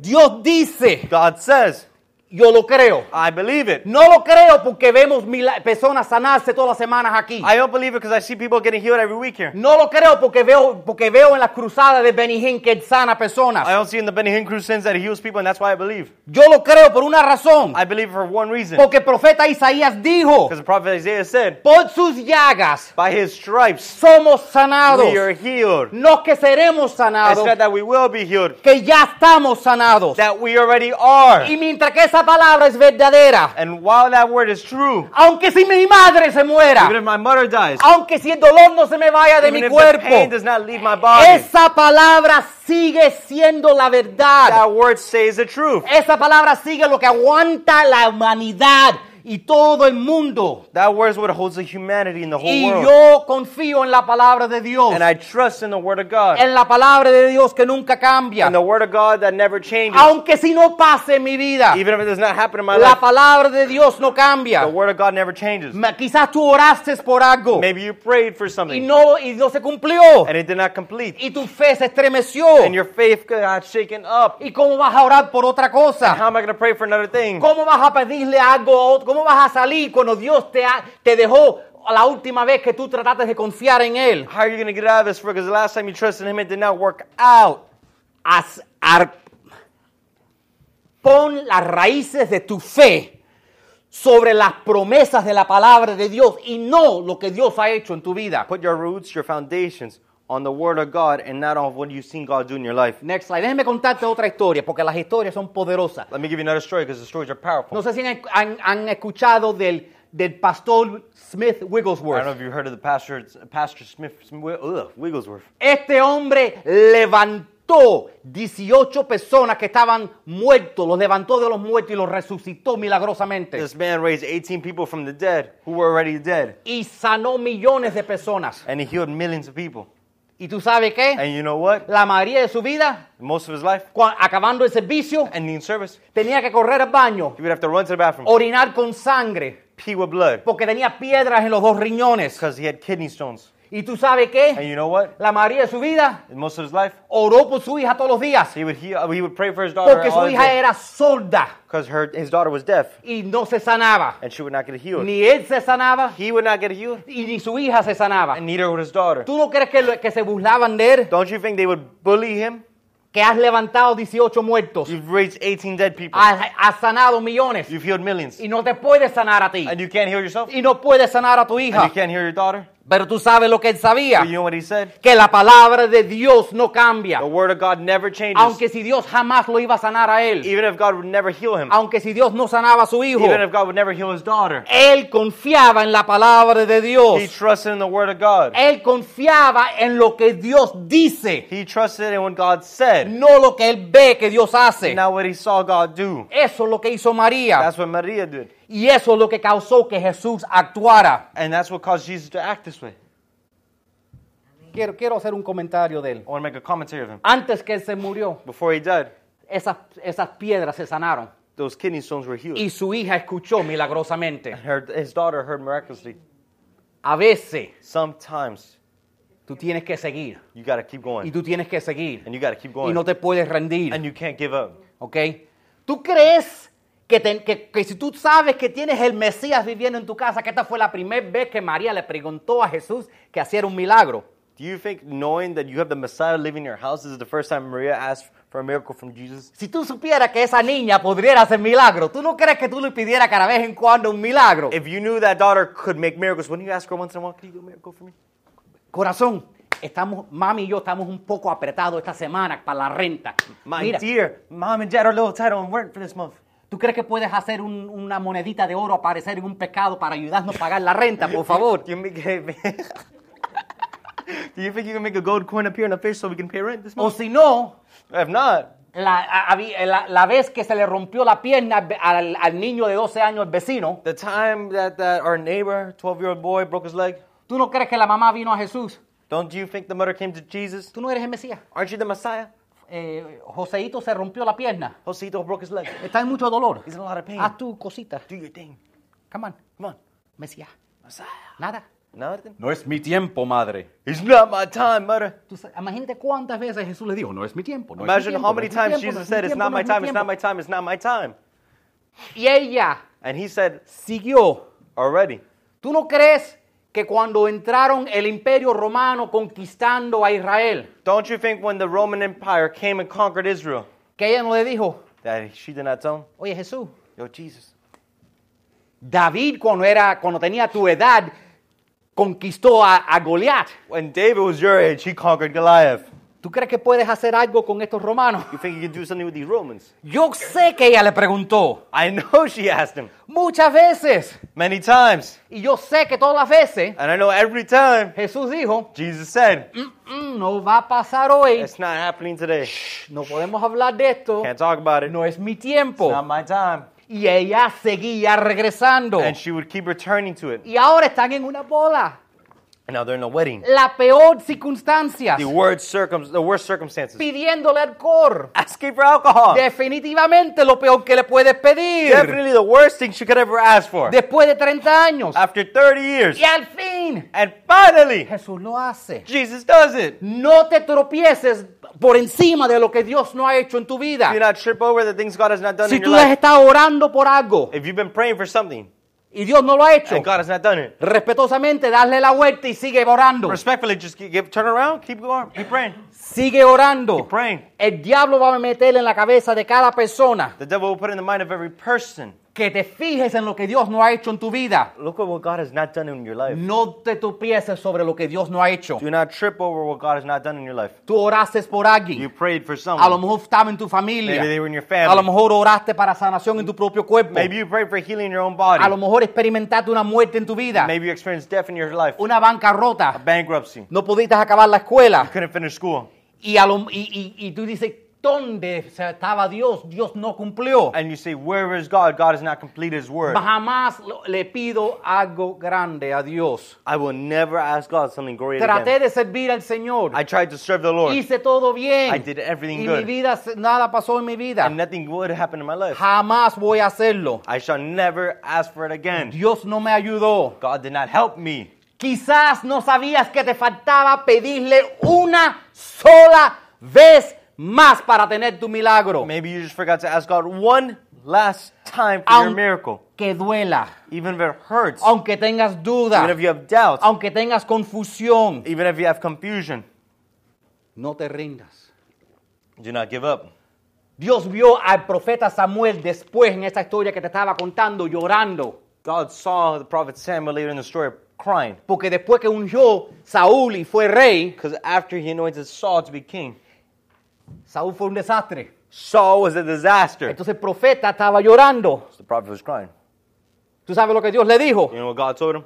Speaker 3: Dios dice,
Speaker 2: God says,
Speaker 3: yo lo creo.
Speaker 2: I believe it.
Speaker 3: No lo creo porque vemos mila- personas sanarse todas las semanas aquí.
Speaker 2: [laughs] I don't believe it because I see people getting healed every week here.
Speaker 3: No lo creo porque veo, porque veo en las cruzadas de Benihín que él sana
Speaker 2: I
Speaker 3: personas.
Speaker 2: don't see in the Benny Hinn Cruz sins that He heals people, and that's why I believe.
Speaker 3: Yo lo creo por una razón.
Speaker 2: I believe for one reason.
Speaker 3: Porque el profeta Isaías dijo,
Speaker 2: Because the prophet Isaiah said,
Speaker 3: por sus llagas
Speaker 2: By His stripes
Speaker 3: somos sanados.
Speaker 2: we are healed.
Speaker 3: No que seremos
Speaker 2: It's
Speaker 3: sanados,
Speaker 2: not that we will be healed,
Speaker 3: que ya estamos sanados.
Speaker 2: that we already are.
Speaker 3: Y mientras que esa palabra es verdadera,
Speaker 2: And while that word is true,
Speaker 3: aunque si mi madre se
Speaker 2: even
Speaker 3: muera,
Speaker 2: if my mother dies,
Speaker 3: aunque si el dolor no se me vaya de
Speaker 2: even
Speaker 3: mi
Speaker 2: if the pain
Speaker 3: cuerpo,
Speaker 2: does not leave my body,
Speaker 3: Esa palabra sigue siendo la verdad.
Speaker 2: that word says the truth.
Speaker 3: Esa palabra sigue lo que aguanta la humanidad y todo el mundo.
Speaker 2: That word is what holds the humanity in the whole
Speaker 3: Y
Speaker 2: world.
Speaker 3: yo confío en la palabra de Dios.
Speaker 2: And I trust in the word of God.
Speaker 3: En la palabra de Dios que nunca cambia.
Speaker 2: And the word of God that never changes.
Speaker 3: Aunque si no pase en mi vida,
Speaker 2: Even if it does not happen in my
Speaker 3: la
Speaker 2: life,
Speaker 3: palabra de Dios no
Speaker 2: the
Speaker 3: cambia.
Speaker 2: word of God never changes.
Speaker 3: Ma- Quizás tú oraste por algo
Speaker 2: Maybe you prayed for
Speaker 3: y
Speaker 2: something
Speaker 3: no, y no se cumplió.
Speaker 2: and it did not complete.
Speaker 3: Y tu fe se estremeció.
Speaker 2: And your faith got shaken up.
Speaker 3: ¿Y cómo vas a orar por otra cosa?
Speaker 2: How am I going to pray for another thing?
Speaker 3: ¿Cómo vas a pedirle algo a otro? ¿Cómo vas a salir cuando Dios te, ha- te dejó la última vez que tú trataste de confiar en Él?
Speaker 2: How are you going to get out of this? Because the last time you trusted Him, it did not work
Speaker 3: Out. Haz- ar- pon las raíces de tu fe sobre las promesas de la palabra de Dios y no lo que Dios ha hecho en tu vida.
Speaker 2: Put your roots, your foundations on the Word of God and not on what you've seen God do in your life.
Speaker 3: Next slide. Déjeme contarte otra historia porque las historias son poderosas.
Speaker 2: Let me give you another story because the stories are powerful.
Speaker 3: No sé si han, han- han escuchado del, del pastor Smith
Speaker 2: I
Speaker 3: Wigglesworth.
Speaker 2: don't know if you heard of the pastor, Pastor Smith, Smith ugh, Wigglesworth.
Speaker 3: Este hombre levantó 18 personas que estaban muertos, los levantó de los muertos y los resucitó milagrosamente.
Speaker 2: This man raised 18 people from the dead who were already dead,
Speaker 3: Y sanó millones de personas.
Speaker 2: and he healed millions of people.
Speaker 3: ¿Y tú sabes qué?
Speaker 2: And you know what?
Speaker 3: La mayoría de su vida,
Speaker 2: Most of his life,
Speaker 3: cua- acabando el servicio,
Speaker 2: ending in service,
Speaker 3: tenía que correr al baño,
Speaker 2: he would have to run to the bathroom,
Speaker 3: orinar con sangre,
Speaker 2: pee with blood,
Speaker 3: porque tenía piedras en los dos riñones.
Speaker 2: because he had kidney stones.
Speaker 3: ¿Y tú sabes
Speaker 2: And
Speaker 3: qué?
Speaker 2: you know what?
Speaker 3: La mayoría de su vida
Speaker 2: In most of his life,
Speaker 3: oró por su hija todos los días,
Speaker 2: he would heal, he would pray for his daughter
Speaker 3: porque su hija era sorda
Speaker 2: because her his daughter was deaf,
Speaker 3: y no se sanaba.
Speaker 2: and she would not get healed.
Speaker 3: Ni él se sanaba,
Speaker 2: He would not get healed,
Speaker 3: y ni su hija se sanaba.
Speaker 2: and neither would his daughter.
Speaker 3: ¿Tú no crees que, lo- que se burlaban de él?
Speaker 2: Don't you think they would bully him?
Speaker 3: Que has levantado 18 muertos,
Speaker 2: You've raised 18 dead people.
Speaker 3: has, has sanado millones
Speaker 2: You've healed millions.
Speaker 3: y no te puedes sanar a ti
Speaker 2: And you can't heal yourself?
Speaker 3: y no puedes sanar a tu
Speaker 2: And you
Speaker 3: hija.
Speaker 2: can't heal your daughter?
Speaker 3: Pero tú sabes lo que él sabía,
Speaker 2: But you know what he said?
Speaker 3: que la palabra de Dios no cambia,
Speaker 2: The word of God never changes.
Speaker 3: aunque si Dios jamás lo iba a sanar a él,
Speaker 2: Even if God would never heal him.
Speaker 3: aunque si Dios no sanaba a su hijo,
Speaker 2: Even if God would never heal his daughter.
Speaker 3: él confiaba en la palabra de
Speaker 2: He
Speaker 3: Dios.
Speaker 2: trusted in the word of God.
Speaker 3: Él confiaba en lo que Dios dice,
Speaker 2: He trusted in what God said.
Speaker 3: no lo que él ve que Dios hace.
Speaker 2: Not what he saw God do.
Speaker 3: Eso es lo que hizo María.
Speaker 2: That's what Maria did.
Speaker 3: Y eso es lo que causó que Jesús actuara.
Speaker 2: And that's what caused Jesus to act this way.
Speaker 3: Quiero, quiero hacer un comentario de él.
Speaker 2: I want to make a commentary of him.
Speaker 3: Antes que él se murió,
Speaker 2: Before he died,
Speaker 3: esas, esas piedras se sanaron.
Speaker 2: those kidney stones were healed.
Speaker 3: Y su hija escuchó milagrosamente.
Speaker 2: Her, his daughter heard miraculously.
Speaker 3: A veces
Speaker 2: Sometimes
Speaker 3: tú tienes que seguir.
Speaker 2: you got to keep
Speaker 3: Y
Speaker 2: going.
Speaker 3: tú tienes que seguir.
Speaker 2: And you got to keep
Speaker 3: Y
Speaker 2: going.
Speaker 3: no te puedes rendir.
Speaker 2: And you can't give up.
Speaker 3: ¿Ok? ¿Tú crees que, te- que- que si tú sabes que tienes el Mesías viviendo en tu casa, que esta fue la primera vez que María le preguntó a Jesús que hiciera un milagro?
Speaker 2: Do you think knowing that you have the Messiah living in your house this is the first time Maria asked for a miracle from Jesus?
Speaker 3: Si tú supieras que esa niña podría hacer milagros, ¿tú no crees que tú le pidieras cada vez en cuando un milagro?
Speaker 2: If you knew that daughter could make miracles, wouldn't you ask her once in a while, can you do a miracle for me?
Speaker 3: Corazón, estamos, mami y yo estamos un poco apretados esta semana para la renta.
Speaker 2: My
Speaker 3: Mira,
Speaker 2: dear, mom and dad are a little tight on rent for this month.
Speaker 3: ¿tú crees que puedes hacer un- una monedita de oro aparecer en un pescado para ayudarnos a pagar la renta, por favor?
Speaker 2: Do you, make, [laughs] do you think you can make a gold coin appear in a fish so we can pay rent this
Speaker 3: O
Speaker 2: month?
Speaker 3: si no,
Speaker 2: If not,
Speaker 3: la, a- a- la- la vez que se le rompió la pierna al, al- al niño de 12 años, el vecino,
Speaker 2: the time that, that our neighbor, 12 year old boy, broke his leg,
Speaker 3: ¿tú no crees que la mamá vino a Jesús?
Speaker 2: don't you think the mother came to Jesus?
Speaker 3: ¿Tú no eres el Mesías?
Speaker 2: Aren't you the Messiah?
Speaker 3: Eh, Joseito se rompió la pierna.
Speaker 2: Joseito broke his leg.
Speaker 3: Está en mucho dolor.
Speaker 2: He's in a lot of pain.
Speaker 3: Haz tu cosita.
Speaker 2: Do your thing.
Speaker 3: Come on.
Speaker 2: Come on.
Speaker 3: Mesías.
Speaker 2: Messiah.
Speaker 3: Nada.
Speaker 2: Nothing.
Speaker 3: No es mi tiempo, madre.
Speaker 2: It's not my time, mother.
Speaker 3: Tú sa- imagínate cuántas veces Jesús le dijo, no es mi tiempo. No
Speaker 2: Imagine
Speaker 3: es mi tiempo,
Speaker 2: how
Speaker 3: no
Speaker 2: many
Speaker 3: es mi
Speaker 2: times
Speaker 3: tiempo,
Speaker 2: Jesus
Speaker 3: no es mi
Speaker 2: said, It's
Speaker 3: tiempo,
Speaker 2: not
Speaker 3: no
Speaker 2: my
Speaker 3: es mi
Speaker 2: time, it's
Speaker 3: tiempo".
Speaker 2: not my time, it's not my time.
Speaker 3: Y ella
Speaker 2: And he said,
Speaker 3: siguió.
Speaker 2: Already.
Speaker 3: ¿Tú no crees que cuando entraron el imperio romano conquistando a Israel,
Speaker 2: Don't you think when the Roman Empire came and conquered Israel
Speaker 3: que ella no le dijo,
Speaker 2: that she did not tell him,
Speaker 3: oye Jesús,
Speaker 2: Yo, Jesus,
Speaker 3: David cuando, era, cuando tenía tu edad conquistó a, a Goliat?
Speaker 2: when David was your age, he conquered Goliath.
Speaker 3: ¿Tú crees que puedes hacer algo con estos romanos?
Speaker 2: You think you can do something with these Romans?
Speaker 3: Yo sé que ella le preguntó
Speaker 2: I [laughs] know she asked him
Speaker 3: muchas veces.
Speaker 2: many times.
Speaker 3: Y yo sé que todas las veces
Speaker 2: And I know every time
Speaker 3: Jesús dijo,
Speaker 2: Jesus said,
Speaker 3: "Mm, no va a pasar hoy.
Speaker 2: It's not happening today.
Speaker 3: No podemos hablar de esto.
Speaker 2: Can't talk about it.
Speaker 3: No es mi
Speaker 2: It's not
Speaker 3: tiempo.
Speaker 2: my time.
Speaker 3: Y ella seguía regresando.
Speaker 2: And she would keep returning to it.
Speaker 3: Y ahora están en una bola.
Speaker 2: And now they're in a wedding.
Speaker 3: La peor circunstancia.
Speaker 2: The worst, circum- the worst circumstances.
Speaker 3: Pidiéndole alcohol.
Speaker 2: Asking for alcohol.
Speaker 3: Definitivamente lo peor que le puedes pedir.
Speaker 2: Definitely the worst thing she could ever ask for.
Speaker 3: Después de 30 años.
Speaker 2: After 30 years.
Speaker 3: Y al fin,
Speaker 2: And finally,
Speaker 3: Jesús lo hace.
Speaker 2: Jesus does it.
Speaker 3: No te tropieces por encima de lo que Dios no ha hecho en tu vida.
Speaker 2: Do not trip over the things God has not done
Speaker 3: Si
Speaker 2: in your
Speaker 3: tú has
Speaker 2: life.
Speaker 3: estado orando por algo
Speaker 2: If you've been praying for something
Speaker 3: y Dios no lo ha hecho,
Speaker 2: and God has not done it,
Speaker 3: respetuosamente, dale la vuelta y sigue orando.
Speaker 2: respectfully, just gi- give, turn around, keep going, keep praying,
Speaker 3: Sigue orando.
Speaker 2: keep praying.
Speaker 3: El diablo va a meter en la cabeza de cada persona
Speaker 2: The devil will put in the mind of every person.
Speaker 3: que te fijes en lo que Dios no ha hecho en tu vida.
Speaker 2: Look at what God has not done in your life.
Speaker 3: No te tropieces sobre lo que Dios no ha hecho.
Speaker 2: Do not trip over what God has not done in your life.
Speaker 3: Tú oraste por
Speaker 2: You
Speaker 3: alguien.
Speaker 2: prayed for
Speaker 3: A lo
Speaker 2: someone.
Speaker 3: mejor estaba en tu familia.
Speaker 2: Maybe they were in your
Speaker 3: A lo
Speaker 2: family.
Speaker 3: mejor oraste para sanación en tu propio cuerpo.
Speaker 2: Maybe you prayed for healing in your own
Speaker 3: A
Speaker 2: body.
Speaker 3: lo mejor experimentaste una muerte en tu vida.
Speaker 2: Maybe you experienced death in your life.
Speaker 3: Una bancarrota.
Speaker 2: Bankruptcy.
Speaker 3: No pudiste acabar la escuela.
Speaker 2: Couldn't finish school.
Speaker 3: Y, a lo- y- y- y tú dices, ¿dónde estaba Dios? Dios no cumplió.
Speaker 2: And you say, Where is God? God has not completed his word.
Speaker 3: Jamás lo- le pido algo grande a Dios.
Speaker 2: I will never ask God something greater
Speaker 3: Traté
Speaker 2: again.
Speaker 3: de servir al Señor.
Speaker 2: I tried to serve the Lord,
Speaker 3: Hice todo bien.
Speaker 2: I did everything
Speaker 3: y mi
Speaker 2: good.
Speaker 3: vida, se- nada pasó en mi vida.
Speaker 2: and nothing would happen in my life.
Speaker 3: Jamás voy a hacerlo.
Speaker 2: I shall never ask for it again.
Speaker 3: Dios no me ayudó.
Speaker 2: God did not help me.
Speaker 3: Quizás no sabías que te faltaba pedirle una sola vez más para tener tu milagro.
Speaker 2: Maybe you just forgot to ask God one last time for your
Speaker 3: Aun-
Speaker 2: miracle.
Speaker 3: Que duela.
Speaker 2: Even if it hurts,
Speaker 3: Aunque tengas duda.
Speaker 2: even if you have doubts,
Speaker 3: Aunque tengas confusión.
Speaker 2: even if you have confusion,
Speaker 3: No te rindas.
Speaker 2: do not give up.
Speaker 3: Dios vio al profeta Samuel después en esta historia que te estaba contando llorando.
Speaker 2: God saw the prophet Samuel later in the story crying
Speaker 3: Porque después que ungió Saúl y fue rey,
Speaker 2: because after he anointed Saul to be king,
Speaker 3: Saúl fue un desastre.
Speaker 2: Saul was a disaster.
Speaker 3: Entonces el profeta estaba llorando.
Speaker 2: The prophet was crying.
Speaker 3: ¿Tú sabes lo que Dios le dijo?
Speaker 2: You know what God told him?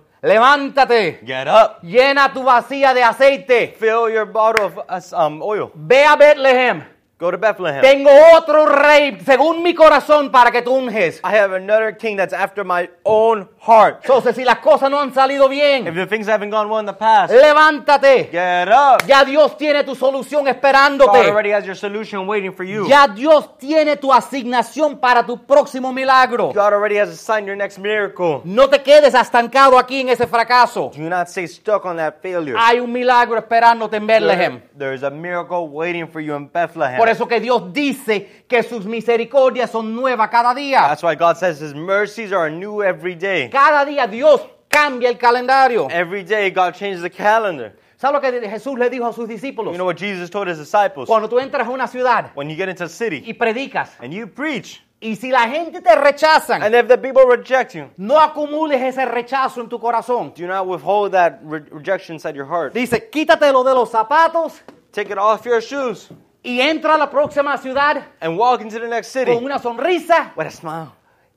Speaker 3: Levántate,
Speaker 2: Get up.
Speaker 3: llena tu vacía de aceite,
Speaker 2: Fill your bottle of uh, um, oil.
Speaker 3: ve a Bethlehem.
Speaker 2: Go to Bethlehem.
Speaker 3: Tengo otro rey según mi corazón para que tú unges.
Speaker 2: I have another king that's after my own heart.
Speaker 3: Entonces si las cosas no han salido
Speaker 2: If
Speaker 3: bien,
Speaker 2: the things haven't gone well in the past,
Speaker 3: levántate.
Speaker 2: get up.
Speaker 3: Ya Dios tiene tu solución
Speaker 2: God
Speaker 3: esperándote.
Speaker 2: already has your solution waiting for you.
Speaker 3: Ya Dios tiene tu asignación para tu próximo milagro.
Speaker 2: God already has assigned your next miracle.
Speaker 3: No te quedes estancado aquí en ese fracaso.
Speaker 2: Do not stay stuck on that failure.
Speaker 3: Hay un milagro esperándote en Bethlehem.
Speaker 2: There- There is a miracle waiting for you in Bethlehem.
Speaker 3: Por eso que Dios dice que sus misericordias son nuevas cada día.
Speaker 2: That's why God says His mercies are new every day.
Speaker 3: Cada día Dios cambia el calendario.
Speaker 2: Every day, God changes the calendar.
Speaker 3: ¿Sabes lo que Jesús le dijo a sus discípulos?
Speaker 2: You know what Jesus told His disciples?
Speaker 3: Cuando tú entras a una ciudad
Speaker 2: When you get into a city
Speaker 3: y predicas,
Speaker 2: and you preach,
Speaker 3: y si la gente te rechazan,
Speaker 2: and if the people reject you,
Speaker 3: no acumules ese rechazo en tu corazón.
Speaker 2: do not withhold that re- rejection inside your heart.
Speaker 3: Dice, quítatelo de los zapatos
Speaker 2: Take it off your shoes
Speaker 3: y entra a la próxima ciudad
Speaker 2: and walk into the next city
Speaker 3: con una sonrisa,
Speaker 2: with a smile,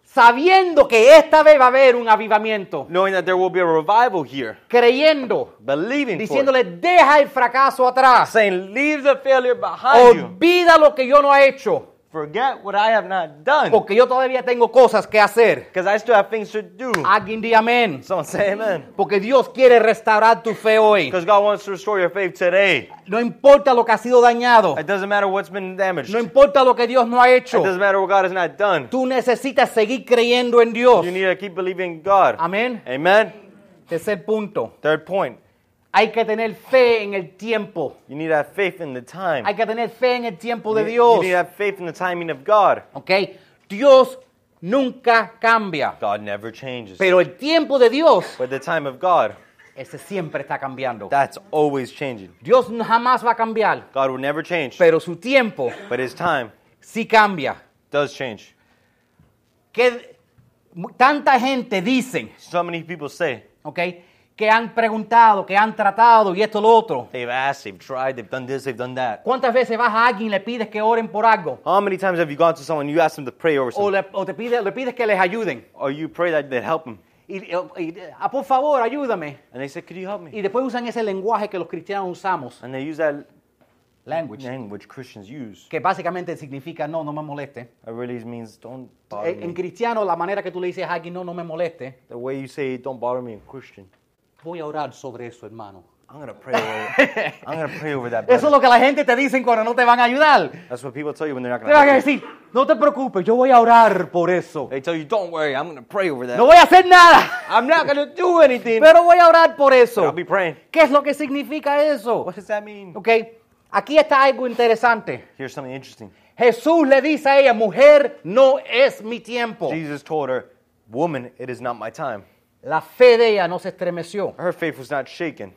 Speaker 3: sabiendo que esta vez va a haber un avivamiento,
Speaker 2: knowing that there will be a revival here,
Speaker 3: creyendo,
Speaker 2: believing for it,
Speaker 3: diciéndole, deja el fracaso atrás,
Speaker 2: saying, "Leave the failure
Speaker 3: Oh,
Speaker 2: behind you.
Speaker 3: olvida lo que yo no he hecho,
Speaker 2: Forget what I have not done,
Speaker 3: porque yo todavía tengo cosas que hacer.
Speaker 2: because I still have things to do."
Speaker 3: Alguien di amén,
Speaker 2: Someone say Amen.
Speaker 3: porque Dios quiere restaurar tu fe hoy.
Speaker 2: Because God wants to restore your faith today.
Speaker 3: No importa lo que ha sido dañado,
Speaker 2: It doesn't matter what's been damaged.
Speaker 3: no importa lo que Dios no ha
Speaker 2: It
Speaker 3: hecho,
Speaker 2: doesn't matter what God has not done.
Speaker 3: tú necesitas seguir creyendo en Dios.
Speaker 2: You need to keep believing in God.
Speaker 3: Amén.
Speaker 2: Amen.
Speaker 3: Tercer punto,
Speaker 2: Third point,
Speaker 3: hay que tener fe en el tiempo.
Speaker 2: you need to have faith in the time.
Speaker 3: Hay que tener fe en el tiempo de
Speaker 2: You- You
Speaker 3: Dios.
Speaker 2: need to have faith in the timing of God.
Speaker 3: ¿Ok? Dios nunca cambia.
Speaker 2: God never changes.
Speaker 3: Pero el tiempo de Dios,
Speaker 2: But the time of God,
Speaker 3: ese siempre está cambiando.
Speaker 2: that's always changing.
Speaker 3: Dios jamás va a cambiar.
Speaker 2: God will never change.
Speaker 3: Pero su tiempo
Speaker 2: But his time
Speaker 3: sí cambia.
Speaker 2: does change.
Speaker 3: Que mu- tanta gente dicen,
Speaker 2: So many people say,
Speaker 3: ¿ok? Que han preguntado, que han tratado y esto lo otro.
Speaker 2: they've asked, they've tried, they've done this, they've done that.
Speaker 3: ¿Cuántas veces vas a alguien y le pides que oren por algo?
Speaker 2: How many times have you gone to someone, you ask them to pray over
Speaker 3: O,
Speaker 2: something,
Speaker 3: le, o te pide, le pides que les ayuden.
Speaker 2: or you pray that they help them?
Speaker 3: Y, y- ah, por favor, ayúdame.
Speaker 2: And they say, could you help me?
Speaker 3: Y después usan ese lenguaje que los cristianos usamos.
Speaker 2: And they use that
Speaker 3: Language.
Speaker 2: language Christians use.
Speaker 3: que básicamente significa no, no me moleste.
Speaker 2: It really means don't bother
Speaker 3: En, en
Speaker 2: me.
Speaker 3: cristiano, la manera que tú le dices a alguien no, no me moleste,
Speaker 2: The way you say don't bother me in Christian.
Speaker 3: voy a orar sobre eso, hermano.
Speaker 2: I'm gonna pray over [laughs] I'm gonna pray over that.
Speaker 3: Eso es
Speaker 2: brother.
Speaker 3: lo que la gente te dice cuando no te van a ayudar.
Speaker 2: That's what people tell you when they're not
Speaker 3: Te van
Speaker 2: gonna
Speaker 3: a
Speaker 2: help you.
Speaker 3: decir, no te preocupes, yo voy a orar por eso.
Speaker 2: They tell you, don't worry, I'm gonna pray over that.
Speaker 3: No voy a hacer nada,
Speaker 2: I'm not gonna do anything.
Speaker 3: pero voy a orar por
Speaker 2: I'll
Speaker 3: eso.
Speaker 2: be praying.
Speaker 3: ¿Qué es lo que significa eso?
Speaker 2: What does that mean?
Speaker 3: Ok, aquí está algo interesante.
Speaker 2: Here's something interesting.
Speaker 3: Jesús le dice a ella, mujer, no es mi tiempo.
Speaker 2: Jesus told her, Woman, it is not my time.
Speaker 3: La fe de ella no se estremeció.
Speaker 2: Her faith was not shaken.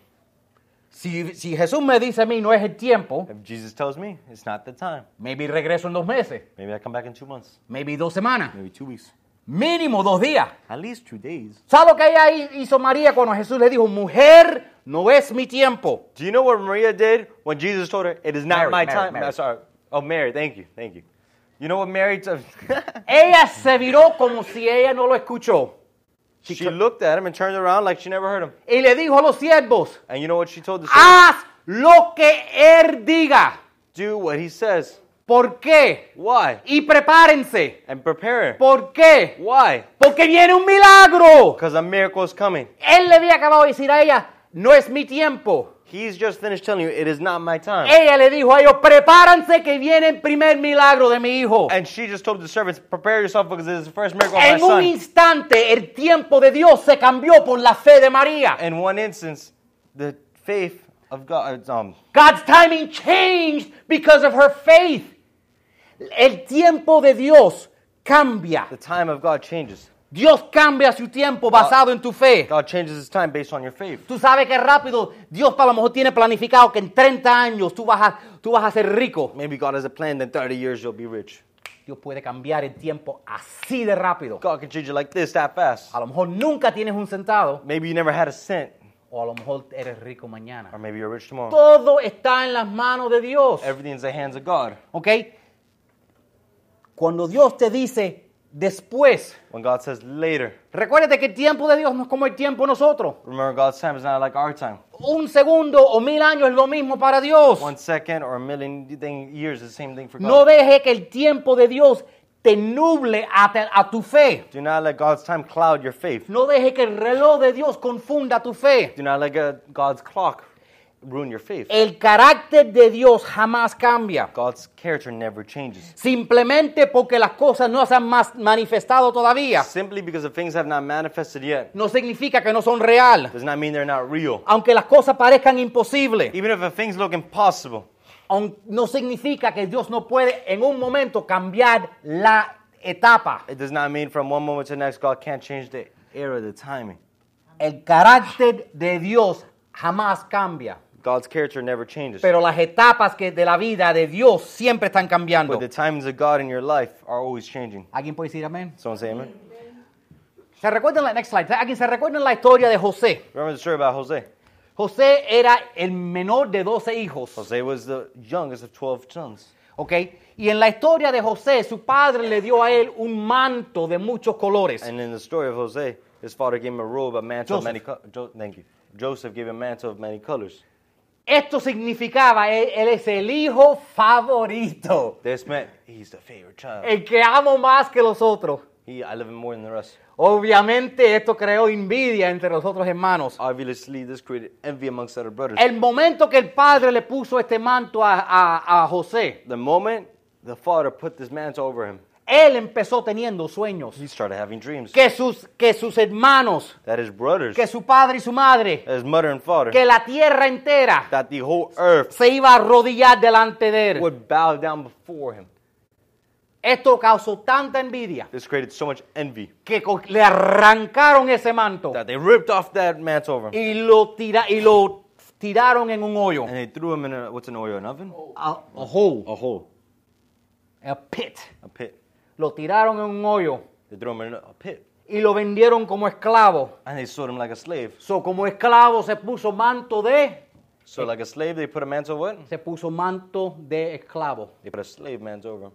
Speaker 3: Si, si Jesús me dice a mí, no es el tiempo,
Speaker 2: If Jesus tells me it's not the time,
Speaker 3: Maybe regreso en dos meses,
Speaker 2: maybe I come back in two months,
Speaker 3: maybe dos semanas,
Speaker 2: maybe two weeks,
Speaker 3: mínimo dos días.
Speaker 2: at least two days.
Speaker 3: ¿Sabes lo que ella hi- hizo María cuando Jesús le dijo, mujer, no es mi tiempo?
Speaker 2: Do you know what Maria did when Jesus told her, It is not
Speaker 3: Mary,
Speaker 2: my
Speaker 3: Mary,
Speaker 2: time?
Speaker 3: Mary.
Speaker 2: No, sorry. Oh, Mary, thank you, thank you. You know what Mary
Speaker 3: [laughs]
Speaker 2: did?
Speaker 3: Ella se viró como si ella no lo escuchó
Speaker 2: she looked at him and turned around like she never heard him.
Speaker 3: y le dijo a los siervos,
Speaker 2: And you know what she told the servant?
Speaker 3: haz lo que él diga.
Speaker 2: Do what he says.
Speaker 3: ¿Por qué?
Speaker 2: Why?
Speaker 3: Y prepárense.
Speaker 2: And prepare.
Speaker 3: ¿Por qué?
Speaker 2: Why?
Speaker 3: Porque viene un milagro.
Speaker 2: Because a miracle is coming.
Speaker 3: Él le había acabado de decir a ella, no es mi tiempo.
Speaker 2: He's just finished telling you, It is not my time.
Speaker 3: Ella le dijo a ellos, prepárense que viene el primer milagro de mi hijo.
Speaker 2: And she just told the servants, prepare yourself because this is the first miracle of my
Speaker 3: En un
Speaker 2: son.
Speaker 3: instante el tiempo de Dios se cambió por la fe de María.
Speaker 2: In one instance, the faith of God, um,
Speaker 3: God's timing changed because of her faith. El tiempo de Dios cambia.
Speaker 2: the time of God changes.
Speaker 3: Dios cambia su tiempo basado en tu fe.
Speaker 2: God changes his time based on your faith.
Speaker 3: Tú sabes que rápido Dios para lo mejor tiene planificado que en 30 años tú vas a, tú vas a ser rico.
Speaker 2: Maybe God has a plan that 30 years you'll be rich.
Speaker 3: Dios puede cambiar el tiempo así de rápido.
Speaker 2: God can change you like this, that fast.
Speaker 3: A lo mejor nunca tienes un centavo
Speaker 2: Maybe you never had a cent,
Speaker 3: o a lo mejor eres rico mañana.
Speaker 2: or maybe you're rich tomorrow.
Speaker 3: Todo está en las manos de Dios.
Speaker 2: Everything's in the hands of God.
Speaker 3: ¿Ok? Cuando Dios te dice después,
Speaker 2: When God says later,
Speaker 3: recuérdate que el tiempo de Dios no es como el tiempo de nosotros.
Speaker 2: remember God's time is not like our time.
Speaker 3: Un segundo o mil años es lo mismo para Dios.
Speaker 2: One second or a million thing, years is the same thing for
Speaker 3: No
Speaker 2: God.
Speaker 3: deje que el tiempo de Dios te nuble a, te- a tu fe.
Speaker 2: Do not let God's time cloud your faith.
Speaker 3: No deje que el reloj de Dios confunda tu fe.
Speaker 2: Do not let God- God's clock ruin your faith.
Speaker 3: El carácter de Dios jamás cambia.
Speaker 2: God's character never changes.
Speaker 3: Simplemente porque las cosas no se han mas- manifestado todavía,
Speaker 2: Simply because the things have not manifested yet
Speaker 3: no significa que no son real.
Speaker 2: does not mean they're not real.
Speaker 3: Aunque las cosas parezcan imposibles.
Speaker 2: Even if the things look impossible,
Speaker 3: aun- no significa que Dios no puede en un momento cambiar la etapa.
Speaker 2: It does not mean from one moment to the next God can't change the era, the timing.
Speaker 3: El carácter de Dios jamás cambia,
Speaker 2: God's character never changes.
Speaker 3: pero las etapas que de la vida de Dios siempre están cambiando.
Speaker 2: But the timings of God in your life are always changing.
Speaker 3: ¿Alguien puede decir amén?
Speaker 2: Someone say amen.
Speaker 3: ¿Se recuerdan la next slide? ¿Alguien se recuerdan la historia de José?
Speaker 2: Remember the story about Jose.
Speaker 3: José era el menor de 12 hijos.
Speaker 2: Jose was the youngest of 12 sons.
Speaker 3: ¿Ok? Y en la historia de José, su padre le dio a él un manto de muchos colores.
Speaker 2: And in the story of Jose, his father gave him a robe, a mantle of
Speaker 3: Joseph.
Speaker 2: many colors. Jo- thank you. Joseph gave him a mantle of many colors.
Speaker 3: Esto significaba, él, él es el hijo favorito,
Speaker 2: This meant he's the favorite child.
Speaker 3: el que amo más que los otros.
Speaker 2: He, I love him more than the rest.
Speaker 3: Obviamente esto creó envidia entre los otros hermanos.
Speaker 2: Obviously, this created envy amongst other brothers.
Speaker 3: El momento que el padre le puso este manto a, a- a José,
Speaker 2: the moment the father put this mantle over him,
Speaker 3: él empezó teniendo sueños.
Speaker 2: he started having dreams.
Speaker 3: Que sus, que sus hermanos,
Speaker 2: that his brothers,
Speaker 3: que su padre y su madre,
Speaker 2: that his mother and father,
Speaker 3: que la tierra entera
Speaker 2: that the whole earth
Speaker 3: se iba a arrodillar delante de él.
Speaker 2: would bow down before him.
Speaker 3: Esto causó tanta envidia
Speaker 2: This created so much envy
Speaker 3: que co- le arrancaron ese manto
Speaker 2: that they ripped off that mantle over him
Speaker 3: y lo, tira- y lo tiraron en un hoyo.
Speaker 2: and they threw him in a, what's an oil, an oven?
Speaker 3: A, a hole,
Speaker 2: A hole,
Speaker 3: a pit.
Speaker 2: a pit.
Speaker 3: Lo tiraron en un hoyo
Speaker 2: They threw him in a pit
Speaker 3: y lo vendieron como esclavo.
Speaker 2: and they sold him like a slave.
Speaker 3: So, como esclavo se puso manto de...
Speaker 2: So, like a slave, they put a mantle what?
Speaker 3: Se puso manto de esclavo.
Speaker 2: They put a slave mantle over him.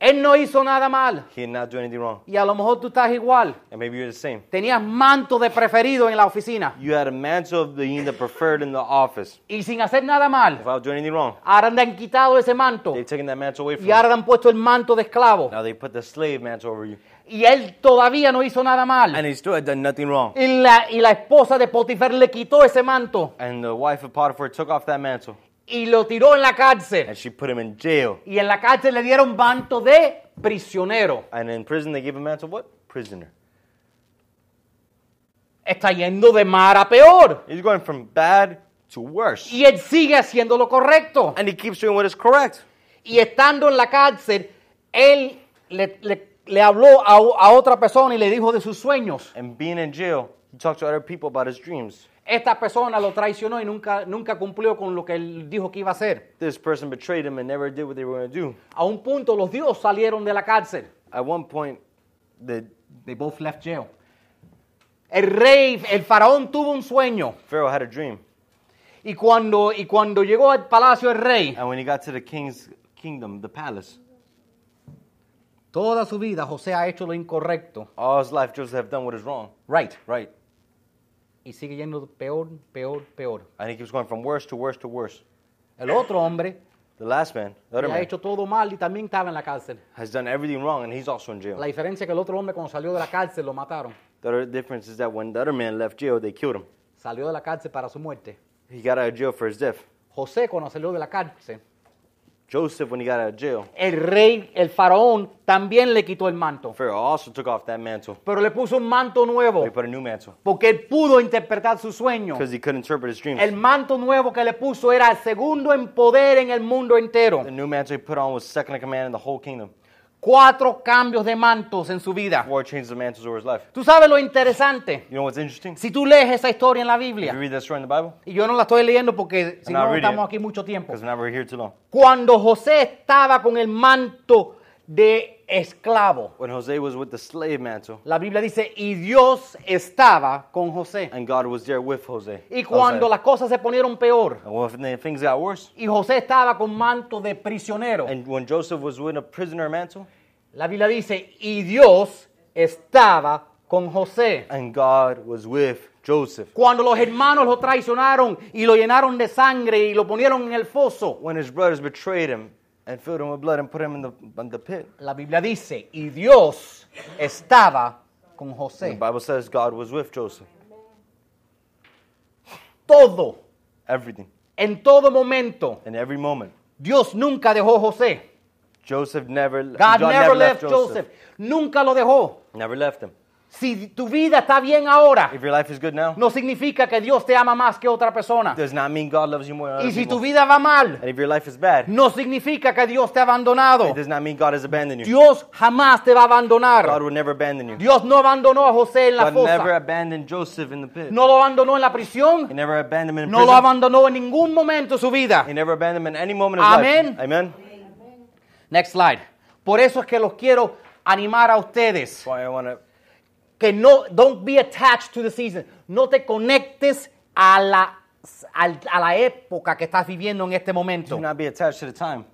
Speaker 3: Él no hizo nada mal.
Speaker 2: He did not do anything wrong.
Speaker 3: Y a lo mejor tú estás igual.
Speaker 2: And maybe you're the same.
Speaker 3: Tenías manto de preferido en la oficina.
Speaker 2: You had a mantle of the the preferred in the office.
Speaker 3: Y sin hacer nada
Speaker 2: If
Speaker 3: mal.
Speaker 2: I was doing anything wrong,
Speaker 3: Ahora le han quitado ese manto.
Speaker 2: they've taken that mantle away from
Speaker 3: Y
Speaker 2: you.
Speaker 3: ahora le han puesto el manto de esclavo.
Speaker 2: Now they put the slave mantle over you.
Speaker 3: Y él todavía no hizo nada mal.
Speaker 2: And he still had done nothing wrong.
Speaker 3: Y la, y la esposa de Potifar le quitó ese manto
Speaker 2: And the wife of Potiphar took off that mantle
Speaker 3: y lo tiró en la cárcel.
Speaker 2: and she put him in jail.
Speaker 3: Y en la cárcel le dieron manto de prisionero.
Speaker 2: And in prison, they gave him mantle what? Prisoner.
Speaker 3: Está yendo de mar a peor.
Speaker 2: He's going from bad to worse.
Speaker 3: Y él sigue haciendo lo correcto.
Speaker 2: And he keeps doing what is correct.
Speaker 3: Y estando en la cárcel, él le, le- le habló a, o- a otra persona y le dijo de sus sueños.
Speaker 2: And being in jail, he talked to other people about his dreams.
Speaker 3: Esta persona lo traicionó y nunca, nunca cumplió con lo que él dijo que iba a hacer.
Speaker 2: This person betrayed him and never did what they were going to do.
Speaker 3: A un punto los dios salieron de la cárcel.
Speaker 2: At one point, the
Speaker 3: They both left jail. El rey, el faraón tuvo un sueño
Speaker 2: Pharaoh had a dream.
Speaker 3: y cuando, y cuando llegó al palacio del rey,
Speaker 2: And when he got to the king's kingdom, the palace,
Speaker 3: toda su vida José ha hecho lo incorrecto.
Speaker 2: all his life, Joseph had done what is wrong.
Speaker 3: Right.
Speaker 2: Right.
Speaker 3: Y sigue yendo peor, peor, peor.
Speaker 2: And he keeps going from worse to worse to worse.
Speaker 3: El otro hombre
Speaker 2: The last man, the
Speaker 3: que
Speaker 2: other
Speaker 3: ha
Speaker 2: man,
Speaker 3: hecho todo mal y también estaba en la cárcel.
Speaker 2: has done everything wrong and he's also in jail.
Speaker 3: La diferencia es que el otro hombre cuando salió de la cárcel lo mataron.
Speaker 2: The other difference is that when the other man left jail, they killed him.
Speaker 3: Salió de la cárcel para su muerte.
Speaker 2: He got out of jail for his death.
Speaker 3: José cuando salió de la cárcel,
Speaker 2: Joseph, when he got out of jail,
Speaker 3: el rey, el faraón, también le quitó el manto.
Speaker 2: Pharaoh also took off that mantle.
Speaker 3: Pero le puso un manto nuevo
Speaker 2: He put a new mantle
Speaker 3: porque él pudo interpretar su sueño.
Speaker 2: because he could interpret his dreams.
Speaker 3: El manto nuevo que le puso era el segundo en poder en el mundo entero.
Speaker 2: the new mantle he put on was second in command in the whole kingdom.
Speaker 3: Cuatro cambios de mantos en su vida.
Speaker 2: War changed the mantles over his life.
Speaker 3: Tú sabes lo interesante.
Speaker 2: You know what's interesting?
Speaker 3: Si tú lees esa historia en la
Speaker 2: If you
Speaker 3: Biblia,
Speaker 2: read that story in the Bible,
Speaker 3: y yo no la estoy leyendo porque si
Speaker 2: not
Speaker 3: no, no
Speaker 2: reading
Speaker 3: estamos
Speaker 2: it.
Speaker 3: aquí mucho tiempo.
Speaker 2: because now we're here too long.
Speaker 3: Cuando José estaba con el manto de esclavo,
Speaker 2: When Jose was with the slave mantle,
Speaker 3: la Biblia dice, y Dios estaba con José.
Speaker 2: and God was there with Jose.
Speaker 3: Y cuando
Speaker 2: Jose.
Speaker 3: las cosas se ponieron peor,
Speaker 2: And when the things got worse,
Speaker 3: y José estaba con manto de prisionero,
Speaker 2: and when Joseph was with a prisoner mantle,
Speaker 3: la Biblia dice, y Dios estaba con José.
Speaker 2: and God was with Joseph.
Speaker 3: Cuando los hermanos lo traicionaron y lo llenaron de sangre y lo ponieron en el foso,
Speaker 2: When his brothers betrayed him and filled him with blood and put him in the, in the pit,
Speaker 3: la Biblia dice, y Dios estaba con
Speaker 2: the
Speaker 3: José.
Speaker 2: Bible says God was with Joseph.
Speaker 3: Todo,
Speaker 2: Everything.
Speaker 3: en todo momento,
Speaker 2: In every moment.
Speaker 3: Dios nunca dejó a José.
Speaker 2: Joseph never,
Speaker 3: God
Speaker 2: God
Speaker 3: never left Joseph. Nunca lo dejó.
Speaker 2: Never left him.
Speaker 3: Si tu vida está bien ahora,
Speaker 2: If your life is good now,
Speaker 3: no significa que Dios te ama más que otra persona.
Speaker 2: does not mean God loves you more than other
Speaker 3: Y si tu
Speaker 2: people.
Speaker 3: vida va mal,
Speaker 2: And if your life is bad,
Speaker 3: no significa que Dios te ha abandonado.
Speaker 2: it does not mean God has abandoned you.
Speaker 3: Dios jamás te va a abandonar.
Speaker 2: God will never abandon you.
Speaker 3: Dios no abandonó a José en la
Speaker 2: God never
Speaker 3: fosa.
Speaker 2: abandoned Joseph in the pit.
Speaker 3: No lo abandonó en la
Speaker 2: He
Speaker 3: prisión.
Speaker 2: never abandoned him in
Speaker 3: No lo
Speaker 2: prison.
Speaker 3: abandonó en ningún momento de su vida.
Speaker 2: He never abandoned him in any moment of
Speaker 3: Amén.
Speaker 2: life. Amen.
Speaker 3: Next slide. Por eso es que los quiero animar a ustedes.
Speaker 2: Why I want to
Speaker 3: Que no, don't be attached to the season. No te conectes a la, al- a la época que estás viviendo en este momento.
Speaker 2: do not be attached to the time.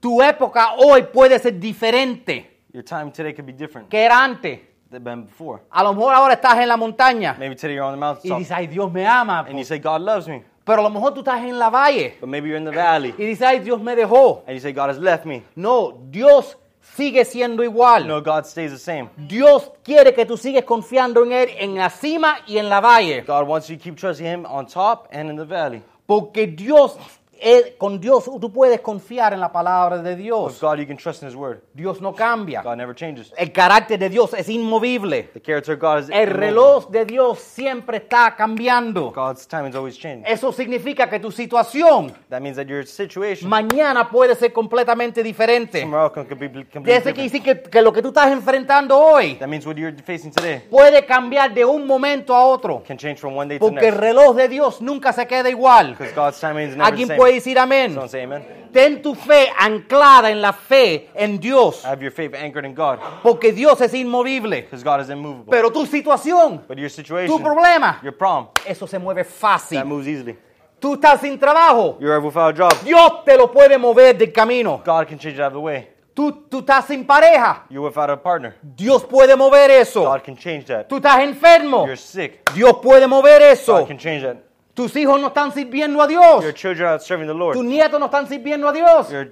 Speaker 3: Tu época hoy puede ser diferente
Speaker 2: Your time today could be different
Speaker 3: que era antes.
Speaker 2: than before.
Speaker 3: A lo mejor ahora estás en la montaña
Speaker 2: Maybe today you're on the
Speaker 3: y
Speaker 2: mountaintop
Speaker 3: dices, ay, Dios me ama.
Speaker 2: and you say God loves me,
Speaker 3: Pero a lo mejor tú estás en la valle
Speaker 2: but maybe you're in the valley
Speaker 3: y dices, ay, Dios me dejó.
Speaker 2: and you say God has left me.
Speaker 3: No, Dios sigue siendo igual.
Speaker 2: No, God stays the same.
Speaker 3: Dios quiere que tú sigues confiando en Él en la cima y en la valle.
Speaker 2: God wants you to keep trusting Him on top and in the valley.
Speaker 3: Porque Dios, Él- con Dios tú puedes confiar en la palabra de
Speaker 2: With
Speaker 3: Dios.
Speaker 2: God, you can trust in His word.
Speaker 3: Dios no cambia.
Speaker 2: God never changes.
Speaker 3: El carácter de Dios es inmovible.
Speaker 2: The character of God is
Speaker 3: El
Speaker 2: immovable.
Speaker 3: reloj de Dios siempre está cambiando.
Speaker 2: God's time is always changing.
Speaker 3: Eso significa que tu situación
Speaker 2: That means that your situation
Speaker 3: mañana puede ser completamente diferente.
Speaker 2: tomorrow can, can be completely
Speaker 3: Eso quiere
Speaker 2: different.
Speaker 3: decir que, que lo que tú estás enfrentando hoy
Speaker 2: That means what you're facing today
Speaker 3: puede cambiar de un momento a otro.
Speaker 2: can change from one day to the
Speaker 3: Porque el
Speaker 2: next.
Speaker 3: reloj de Dios nunca se queda igual.
Speaker 2: Because God's timing is never the
Speaker 3: Alguien puede
Speaker 2: same.
Speaker 3: decir amén.
Speaker 2: Don't say amen.
Speaker 3: Ten tu fe anclada en la fe en Dios.
Speaker 2: Have your faith anchored in God.
Speaker 3: Porque Dios es inmovible.
Speaker 2: Because God is immovable.
Speaker 3: Pero tu situación,
Speaker 2: But your
Speaker 3: tu
Speaker 2: situation,
Speaker 3: problema,
Speaker 2: your problem,
Speaker 3: eso se mueve
Speaker 2: that
Speaker 3: fácil.
Speaker 2: moves easily.
Speaker 3: Tú estás sin trabajo,
Speaker 2: You're without a job.
Speaker 3: Dios te lo puede mover del camino.
Speaker 2: God can change it out of the way.
Speaker 3: Tú, tú estás sin pareja,
Speaker 2: You're without a partner.
Speaker 3: Dios puede mover eso.
Speaker 2: God can change that.
Speaker 3: Tú estás enfermo,
Speaker 2: You're sick.
Speaker 3: Dios puede mover
Speaker 2: God
Speaker 3: eso.
Speaker 2: can change that.
Speaker 3: Tus hijos no están sirviendo a
Speaker 2: Your
Speaker 3: Dios,
Speaker 2: children are not serving the
Speaker 3: tus
Speaker 2: Lord.
Speaker 3: nietos no están sirviendo a Dios.
Speaker 2: Your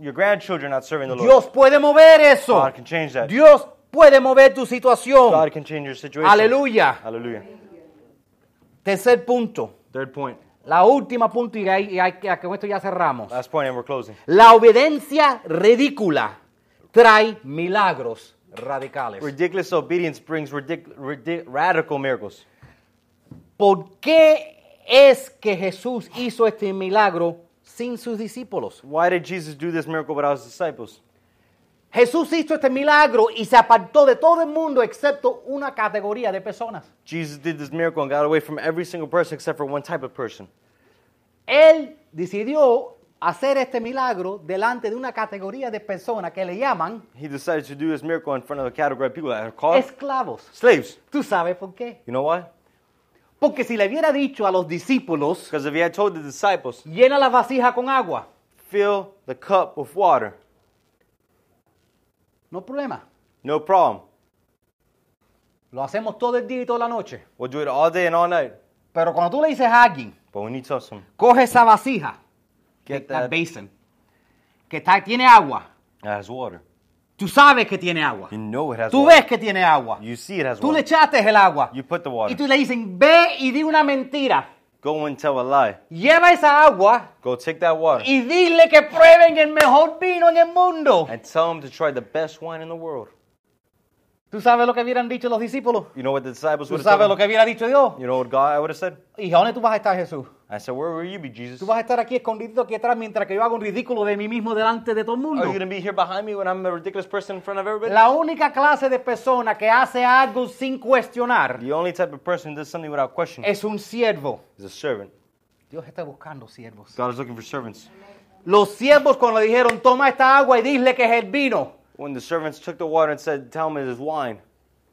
Speaker 2: your grandchildren are not serving the Lord.
Speaker 3: Dios puede mover eso.
Speaker 2: God can change that.
Speaker 3: Dios puede mover tu situación.
Speaker 2: God can change your situation.
Speaker 3: Aleluya.
Speaker 2: Hallelujah.
Speaker 3: Tercer punto.
Speaker 2: Third point.
Speaker 3: La última punto y, ahí- y ahí- que- con esto ya cerramos.
Speaker 2: Last point, and we're closing.
Speaker 3: La obediencia ridícula trae milagros radicales.
Speaker 2: Ridiculous obedience brings ridic- ridic- radical miracles.
Speaker 3: ¿Por qué es que Jesús hizo este milagro sin sus discípulos?
Speaker 2: Why did Jesus do this miracle without his disciples?
Speaker 3: Jesús hizo este milagro y se apartó de todo el mundo excepto una categoría de personas.
Speaker 2: Jesus did this miracle and got away from every single person except for one type of person.
Speaker 3: Él decidió hacer este milagro delante de una categoría de personas que le llaman
Speaker 2: He decided to do this miracle in front of a category of people that are called
Speaker 3: esclavos.
Speaker 2: slaves.
Speaker 3: ¿Tú sabes por qué?
Speaker 2: You know why?
Speaker 3: Porque si le hubiera dicho a los discípulos,
Speaker 2: Because if he had told the disciples,
Speaker 3: llena la vasija con agua,
Speaker 2: fill the cup with water,
Speaker 3: no problema.
Speaker 2: no problem.
Speaker 3: Lo hacemos todo el día y toda la noche.
Speaker 2: We'll do it all day and all night.
Speaker 3: Pero cuando tú le dices a alguien,
Speaker 2: But when you tell some,
Speaker 3: coge esa vasija,
Speaker 2: Get
Speaker 3: that- that
Speaker 2: that.
Speaker 3: basin, que está- tiene agua,
Speaker 2: it has water.
Speaker 3: tú sabes que tiene agua,
Speaker 2: You know it has
Speaker 3: tú
Speaker 2: water.
Speaker 3: ves que tiene agua,
Speaker 2: You see it has
Speaker 3: tú le
Speaker 2: water.
Speaker 3: echaste el agua,
Speaker 2: You put the
Speaker 3: y
Speaker 2: water.
Speaker 3: tú le dicen, ve y di una mentira,
Speaker 2: Go and tell a lie.
Speaker 3: lleva esa agua
Speaker 2: Go take that water
Speaker 3: y dile que prueben el mejor vino en el mundo.
Speaker 2: and tell them to try the best wine in the world.
Speaker 3: ¿Tú sabes lo que hubieran dicho los discípulos?
Speaker 2: You know what the disciples
Speaker 3: ¿Tú
Speaker 2: would have
Speaker 3: sabes
Speaker 2: told
Speaker 3: lo
Speaker 2: them?
Speaker 3: que hubiera dicho Dios?
Speaker 2: You know what God would have said?
Speaker 3: ¿Y a dónde tú vas a estar, Jesús?
Speaker 2: I said, where will you be, Jesus?
Speaker 3: Tú vas a estar aquí escondido aquí atrás mientras que yo hago un ridículo de mí mismo delante de todo el
Speaker 2: Are
Speaker 3: mundo.
Speaker 2: you going to be here behind me when I'm a ridiculous person in front of everybody?
Speaker 3: La única clase de persona que hace algo sin cuestionar
Speaker 2: The only type of person who does something without question
Speaker 3: es un siervo.
Speaker 2: is a servant.
Speaker 3: Dios está buscando siervos.
Speaker 2: God is looking for servants.
Speaker 3: Los siervos cuando le dijeron, toma esta agua y dile que es el vino,
Speaker 2: When the servants took the water and said, tell them it is wine,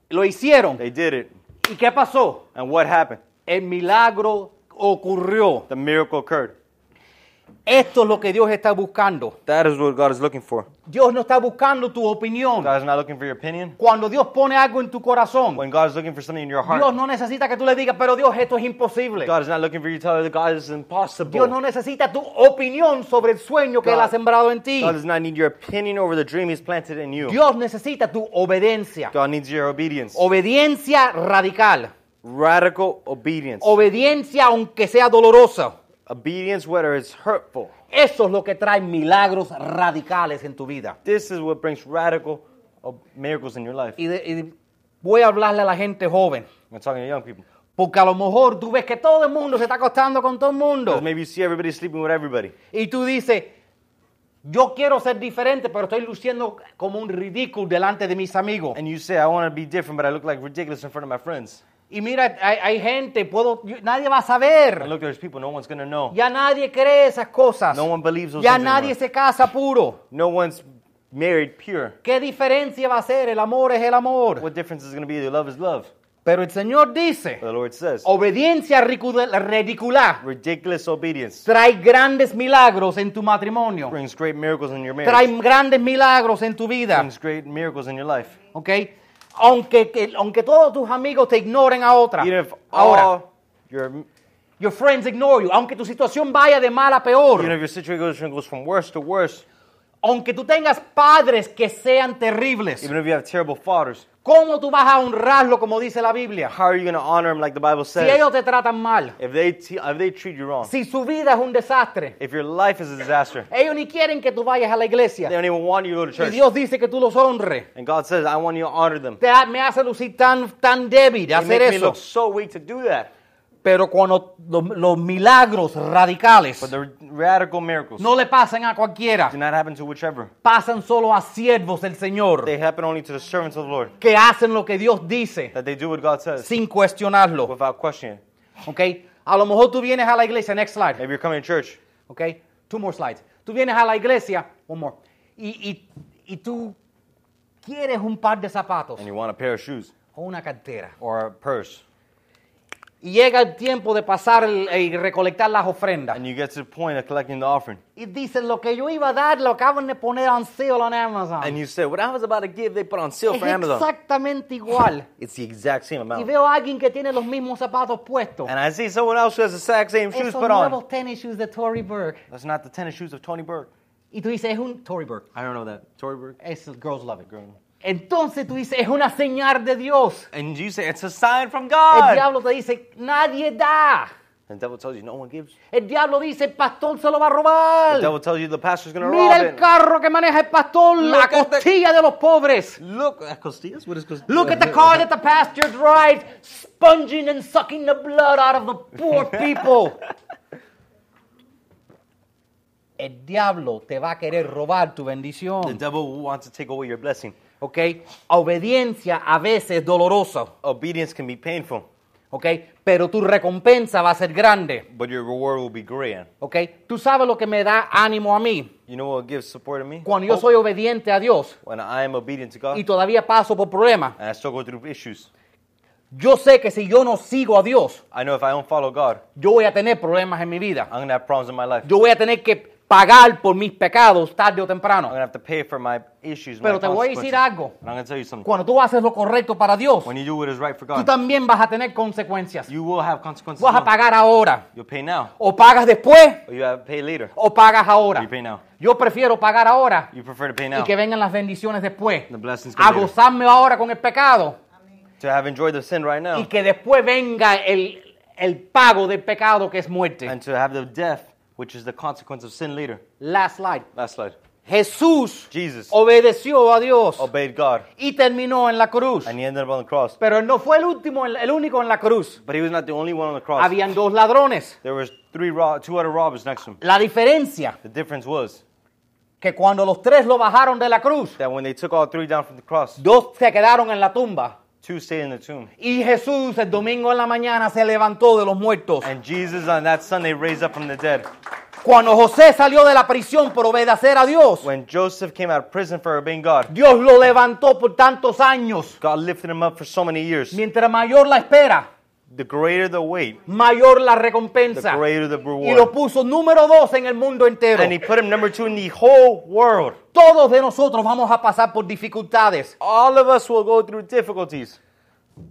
Speaker 3: lo hicieron.
Speaker 2: they did it.
Speaker 3: ¿Y qué pasó?
Speaker 2: And what happened?
Speaker 3: El milagro ocurrió.
Speaker 2: The miracle occurred.
Speaker 3: Esto es lo que Dios está buscando.
Speaker 2: That is what God is looking for.
Speaker 3: Dios no está buscando tu opinión.
Speaker 2: God is not looking for your opinion.
Speaker 3: Cuando Dios pone algo en tu corazón,
Speaker 2: When God is looking for something in your heart,
Speaker 3: Dios no necesita que tú le digas, pero Dios, esto es imposible.
Speaker 2: God is not looking for you to tell her that God is
Speaker 3: Dios no
Speaker 2: impossible.
Speaker 3: necesita tu opinión sobre el sueño que
Speaker 2: God-
Speaker 3: Él ha sembrado en ti.
Speaker 2: God does not need your opinion over the dream He's planted in you.
Speaker 3: Dios necesita tu obediencia.
Speaker 2: God needs your obedience.
Speaker 3: Oh. Obediencia radical.
Speaker 2: Radical obedience.
Speaker 3: Obediencia aunque sea dolorosa.
Speaker 2: Obedience, whether it's hurtful.
Speaker 3: Eso es lo que trae milagros radicales en tu vida.
Speaker 2: This is what brings radical ob- oh, miracles in your life.
Speaker 3: Y, de- y Voy a hablarle a la gente joven.
Speaker 2: I'm talking to young people.
Speaker 3: Porque a lo mejor tú ves que todo el mundo se está acostando con todo el mundo.
Speaker 2: Because maybe you see everybody sleeping with everybody.
Speaker 3: Y tú dices, yo quiero ser diferente, pero estoy luciendo como un ridículo delante de mis amigos.
Speaker 2: And you say, I want to be different, but I look like ridiculous in front of my friends.
Speaker 3: Y mira, hay, hay gente, puedo, yo- nadie va a
Speaker 2: And
Speaker 3: saber.
Speaker 2: look, there's people, no one's going to know.
Speaker 3: Ya nadie cree esas cosas.
Speaker 2: No one believes those
Speaker 3: ya
Speaker 2: things
Speaker 3: nadie
Speaker 2: anymore.
Speaker 3: se casa puro.
Speaker 2: No one's married pure.
Speaker 3: ¿Qué diferencia va a hacer? El amor es el amor.
Speaker 2: [laughs] What difference is going to be? Love is love.
Speaker 3: Pero el Señor dice,
Speaker 2: The Lord says,
Speaker 3: Oh. obediencia ridicu- ridicular
Speaker 2: ridiculous obedience
Speaker 3: trae grandes milagros en tu matrimonio.
Speaker 2: brings great miracles in your marriage,
Speaker 3: Trae grandes milagros en tu vida.
Speaker 2: brings great miracles in your life.
Speaker 3: ¿Ok? Aunque, que- aunque todos tus amigos te ignoren a otra.
Speaker 2: Even if
Speaker 3: ahora,
Speaker 2: all your
Speaker 3: your friends ignore you. Aunque tu situación vaya de mal a
Speaker 2: Even
Speaker 3: peor.
Speaker 2: if your situation goes from worse to worse,
Speaker 3: Aunque tú tengas padres que sean terribles.
Speaker 2: even if you have terrible fathers,
Speaker 3: ¿Cómo tú vas a honrarlo como dice la Biblia?
Speaker 2: how are you going to honor him like the Bible
Speaker 3: Si
Speaker 2: says?
Speaker 3: ellos te tratan mal.
Speaker 2: If they te- if they treat you wrong,
Speaker 3: Si su vida es un desastre.
Speaker 2: if your life is a
Speaker 3: [laughs]
Speaker 2: disaster,
Speaker 3: Ellos ni quieren que tú vayas a la
Speaker 2: they
Speaker 3: iglesia.
Speaker 2: don't even want you to go to
Speaker 3: Y
Speaker 2: church.
Speaker 3: Dios dice que tú los honres.
Speaker 2: And God says, I want you to honor them.
Speaker 3: Te ha- me hace lucir tan, tan débil
Speaker 2: It
Speaker 3: de hacer
Speaker 2: makes me
Speaker 3: eso.
Speaker 2: look so weak to do that.
Speaker 3: Pero cuando los, los milagros radicales
Speaker 2: But the radical miracles
Speaker 3: no le pasan a cualquiera,
Speaker 2: do not happen to whichever.
Speaker 3: pasan solo a siervos del Señor
Speaker 2: They happen only to the servants of the Lord.
Speaker 3: que hacen lo que Dios dice
Speaker 2: That they do what God says
Speaker 3: sin cuestionarlo.
Speaker 2: without questioning.
Speaker 3: ¿Ok? A lo mejor tú vienes a la iglesia, next slide.
Speaker 2: If you're coming to church,
Speaker 3: ¿Ok? Two more slides. Tú vienes a la iglesia, one more. Y, y, y tú quieres un par de zapatos
Speaker 2: and you want a pair of shoes
Speaker 3: o una cartera.
Speaker 2: or a purse,
Speaker 3: Y llega el tiempo de pasar el- eh, y recolectar las ofrendas.
Speaker 2: and you get to the point of collecting the offering,
Speaker 3: Y dicen, lo que yo iba a dar lo acaban de poner on sale en Amazon.
Speaker 2: and you say, What I was about to give, they put on sale
Speaker 3: es
Speaker 2: for Amazon.
Speaker 3: exactamente igual.
Speaker 2: It's the exact same amount.
Speaker 3: Y veo a alguien que tiene los mismos zapatos puestos.
Speaker 2: And I see someone else who has the exact same shoes
Speaker 3: Esos
Speaker 2: put on.
Speaker 3: nuevos tennis shoes de Tory Burke.
Speaker 2: That's not the tennis shoes of Tony Burke.
Speaker 3: Y tú dices, es un Tory Burke.
Speaker 2: I don't know that. Tony Burke?
Speaker 3: Es el Girls Love It.
Speaker 2: Girl.
Speaker 3: Entonces tú dices, es una señal de Dios.
Speaker 2: And you say, it's a sign from
Speaker 3: El
Speaker 2: God.
Speaker 3: diablo te dice, nadie da.
Speaker 2: And the devil tells you, no one gives.
Speaker 3: El diablo dice, el pastor se lo va a
Speaker 2: The
Speaker 3: robar.
Speaker 2: devil tells you the pastor's going to
Speaker 3: Mira el
Speaker 2: rob it.
Speaker 3: carro que maneja el pastor, la
Speaker 2: Look at the-
Speaker 3: costilla de los pobres.
Speaker 2: Look at Costillas. What is Costillas?
Speaker 3: Look at the car that the pastor drives, sponging and sucking the blood out of the poor people. El diablo te va a querer robar tu
Speaker 2: The
Speaker 3: bendición.
Speaker 2: devil wants to take away your blessing.
Speaker 3: ¿Ok? Obediencia a veces es dolorosa.
Speaker 2: Obedience can be painful,
Speaker 3: ¿Ok? Pero tu recompensa va a ser grande.
Speaker 2: but your reward will be great.
Speaker 3: ¿Ok? Tú sabes lo que me da ánimo a mí.
Speaker 2: You know what gives support to me?
Speaker 3: Cuando yo
Speaker 2: Hope.
Speaker 3: soy obediente a Dios
Speaker 2: When I am obedient to God
Speaker 3: y
Speaker 2: and
Speaker 3: todavía paso por problemas.
Speaker 2: I still go through issues.
Speaker 3: Yo sé que si yo no sigo a Dios,
Speaker 2: I know if I don't follow God,
Speaker 3: yo voy a tener problemas en mi vida.
Speaker 2: I'm going to have problems in my life.
Speaker 3: Yo voy a tener que pagar por mis pecados tarde o
Speaker 2: I'm
Speaker 3: temprano.
Speaker 2: going to have to pay for my issues. my
Speaker 3: Pero te voy a decir
Speaker 2: consequences.
Speaker 3: algo.
Speaker 2: And I'm going to tell you something.
Speaker 3: Cuando tú haces lo correcto para Dios,
Speaker 2: When you do what is right for
Speaker 3: tú
Speaker 2: God,
Speaker 3: también vas a tener consecuencias.
Speaker 2: You will have consequences.
Speaker 3: Vas a
Speaker 2: now.
Speaker 3: pagar ahora.
Speaker 2: You'll pay now,
Speaker 3: O pagas después
Speaker 2: or you have to pay later.
Speaker 3: o pagas
Speaker 2: Or
Speaker 3: ahora.
Speaker 2: you pay now.
Speaker 3: Yo prefiero pagar ahora
Speaker 2: You prefer to pay
Speaker 3: y
Speaker 2: now
Speaker 3: que vengan las bendiciones después.
Speaker 2: The blessings come
Speaker 3: A
Speaker 2: later.
Speaker 3: gozarme ahora con el pecado
Speaker 2: to have enjoyed the sin right
Speaker 3: y
Speaker 2: now,
Speaker 3: que después venga el, el pago del pecado que es muerte.
Speaker 2: and to have the death, which is the consequence of sin later.
Speaker 3: Last slide.
Speaker 2: Last slide.
Speaker 3: Jesús
Speaker 2: Jesus
Speaker 3: obedeció a Dios
Speaker 2: obeyed God,
Speaker 3: y terminó en la cruz.
Speaker 2: and he ended up on the cross.
Speaker 3: Pero él no fue el último, el único en la cruz.
Speaker 2: But he was not the only one on the cross.
Speaker 3: Habían dos ladrones.
Speaker 2: There was three, ro- two other robbers next to him.
Speaker 3: La diferencia
Speaker 2: The difference was
Speaker 3: que cuando los tres lo bajaron de la cruz,
Speaker 2: that when they took all three down from the cross,
Speaker 3: dos se quedaron en la tumba.
Speaker 2: two stayed in the tomb.
Speaker 3: Y Jesús el domingo en la mañana se levantó de los muertos.
Speaker 2: And Jesus on that Sunday raised up from the dead.
Speaker 3: Cuando José salió de la prisión por obedecer a Dios,
Speaker 2: When Joseph came out of prison for obeying God,
Speaker 3: Dios lo levantó por tantos años.
Speaker 2: God lifted him up for so many years.
Speaker 3: Mientras mayor la espera,
Speaker 2: The greater the weight,
Speaker 3: mayor la
Speaker 2: the
Speaker 3: recompensa.
Speaker 2: greater the
Speaker 3: Y lo
Speaker 2: reward.
Speaker 3: puso número dos en el mundo entero.
Speaker 2: And he put him number two in the whole world.
Speaker 3: Todos de nosotros vamos a pasar por dificultades,
Speaker 2: All of us will go through difficulties.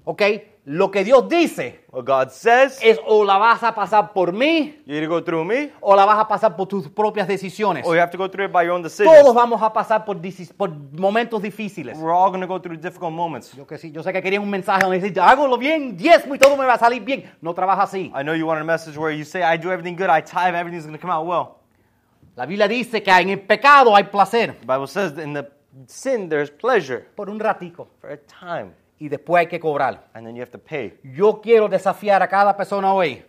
Speaker 3: ¿ok? Lo que Dios dice
Speaker 2: What God says,
Speaker 3: es o la vas a pasar por mí
Speaker 2: you either go through me
Speaker 3: o la vas a pasar por tus propias decisiones.
Speaker 2: or you have to go through it by your own
Speaker 3: Todos
Speaker 2: decisions.
Speaker 3: vamos a pasar por, disis- por momentos difíciles.
Speaker 2: We're all going to go through difficult moments.
Speaker 3: Yo, que sí, yo sé que querían un mensaje donde dice, hágalo bien, diezmo y todo me va a salir bien. No trabaja así.
Speaker 2: I know you want a message where you say, I do everything good, I tithe, everything's going to come out well.
Speaker 3: La Biblia dice que en el pecado hay placer
Speaker 2: The Bible says that in the sin there's pleasure
Speaker 3: por un ratico.
Speaker 2: for a time.
Speaker 3: y después hay que cobrar.
Speaker 2: and then you have to pay.
Speaker 3: Yo quiero desafiar a cada persona hoy.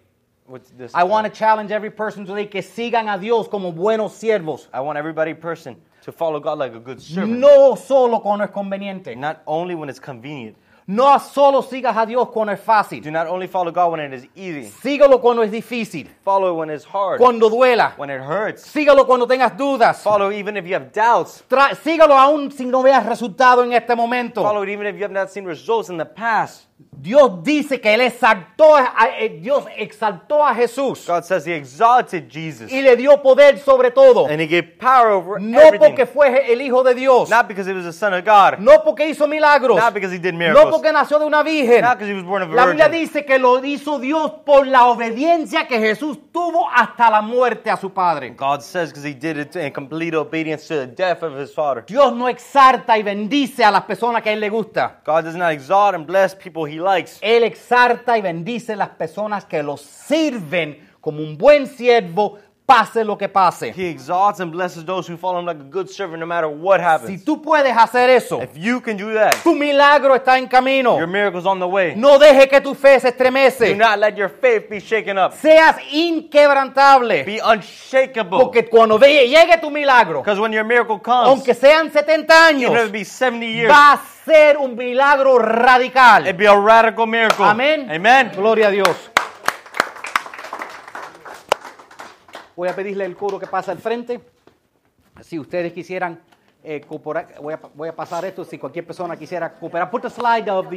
Speaker 2: What's this? uh,
Speaker 3: I want to challenge every person today que sigan a Dios como buenos siervos.
Speaker 2: I want everybody person to follow God like a good servant.
Speaker 3: No solo cuando es conveniente.
Speaker 2: Not only when it's convenient.
Speaker 3: No solo sigas a Dios cuando es
Speaker 2: Do
Speaker 3: fácil.
Speaker 2: not only follow God when it is easy.
Speaker 3: Sígalo cuando es difícil.
Speaker 2: Follow when it's hard.
Speaker 3: Cuando duela.
Speaker 2: When it hurts.
Speaker 3: Sígalo cuando tengas dudas.
Speaker 2: Follow even if you have doubts.
Speaker 3: Tra- sígalo aún si no veas resultado en este momento.
Speaker 2: Follow it even if you have not seen results in the past.
Speaker 3: Dios dice que él exaltó a, a- eh, Dios exaltó a Jesús
Speaker 2: God says He exalted Jesus
Speaker 3: y le dio poder sobre todo.
Speaker 2: and He gave power over
Speaker 3: No
Speaker 2: everything.
Speaker 3: porque fue el hijo de Dios.
Speaker 2: Not because He was the Son of God.
Speaker 3: No porque hizo milagros.
Speaker 2: Not because He did miracles.
Speaker 3: No porque nació de una virgen.
Speaker 2: Not because He was born of a
Speaker 3: La Biblia
Speaker 2: virgin.
Speaker 3: dice que lo hizo Dios por la obediencia que Jesús tuvo hasta la muerte a su Padre.
Speaker 2: God says because He did it in complete obedience to the death of His Father.
Speaker 3: Dios no exalta y bendice a las personas que a Él le gusta.
Speaker 2: God does not exalt and bless people He likes.
Speaker 3: Él exalta y bendice las personas que lo sirven como un buen siervo, pase lo que pase.
Speaker 2: He exalts and blesses those who follow Him like a good servant no matter what happens.
Speaker 3: Si tú puedes hacer eso,
Speaker 2: If you can do that,
Speaker 3: tu milagro está en camino.
Speaker 2: your miracle's on the way.
Speaker 3: No deje que tu fe se
Speaker 2: Do
Speaker 3: estremece.
Speaker 2: not let your faith be shaken up.
Speaker 3: Seas inquebrantable.
Speaker 2: Be unshakable.
Speaker 3: Porque cuando ve- llegue tu milagro,
Speaker 2: Because when your miracle comes,
Speaker 3: aunque sean 70 años,
Speaker 2: even if it be 70 years,
Speaker 3: va a ser un milagro radical.
Speaker 2: it'd be a radical miracle.
Speaker 3: Amén.
Speaker 2: Amen.
Speaker 3: Gloria a Dios. Voy a pedirle el coro que pasa al frente. Si ustedes quisieran eh, cooperar, voy a, voy a pasar esto. Si cualquier persona quisiera cooperar, put the slide of the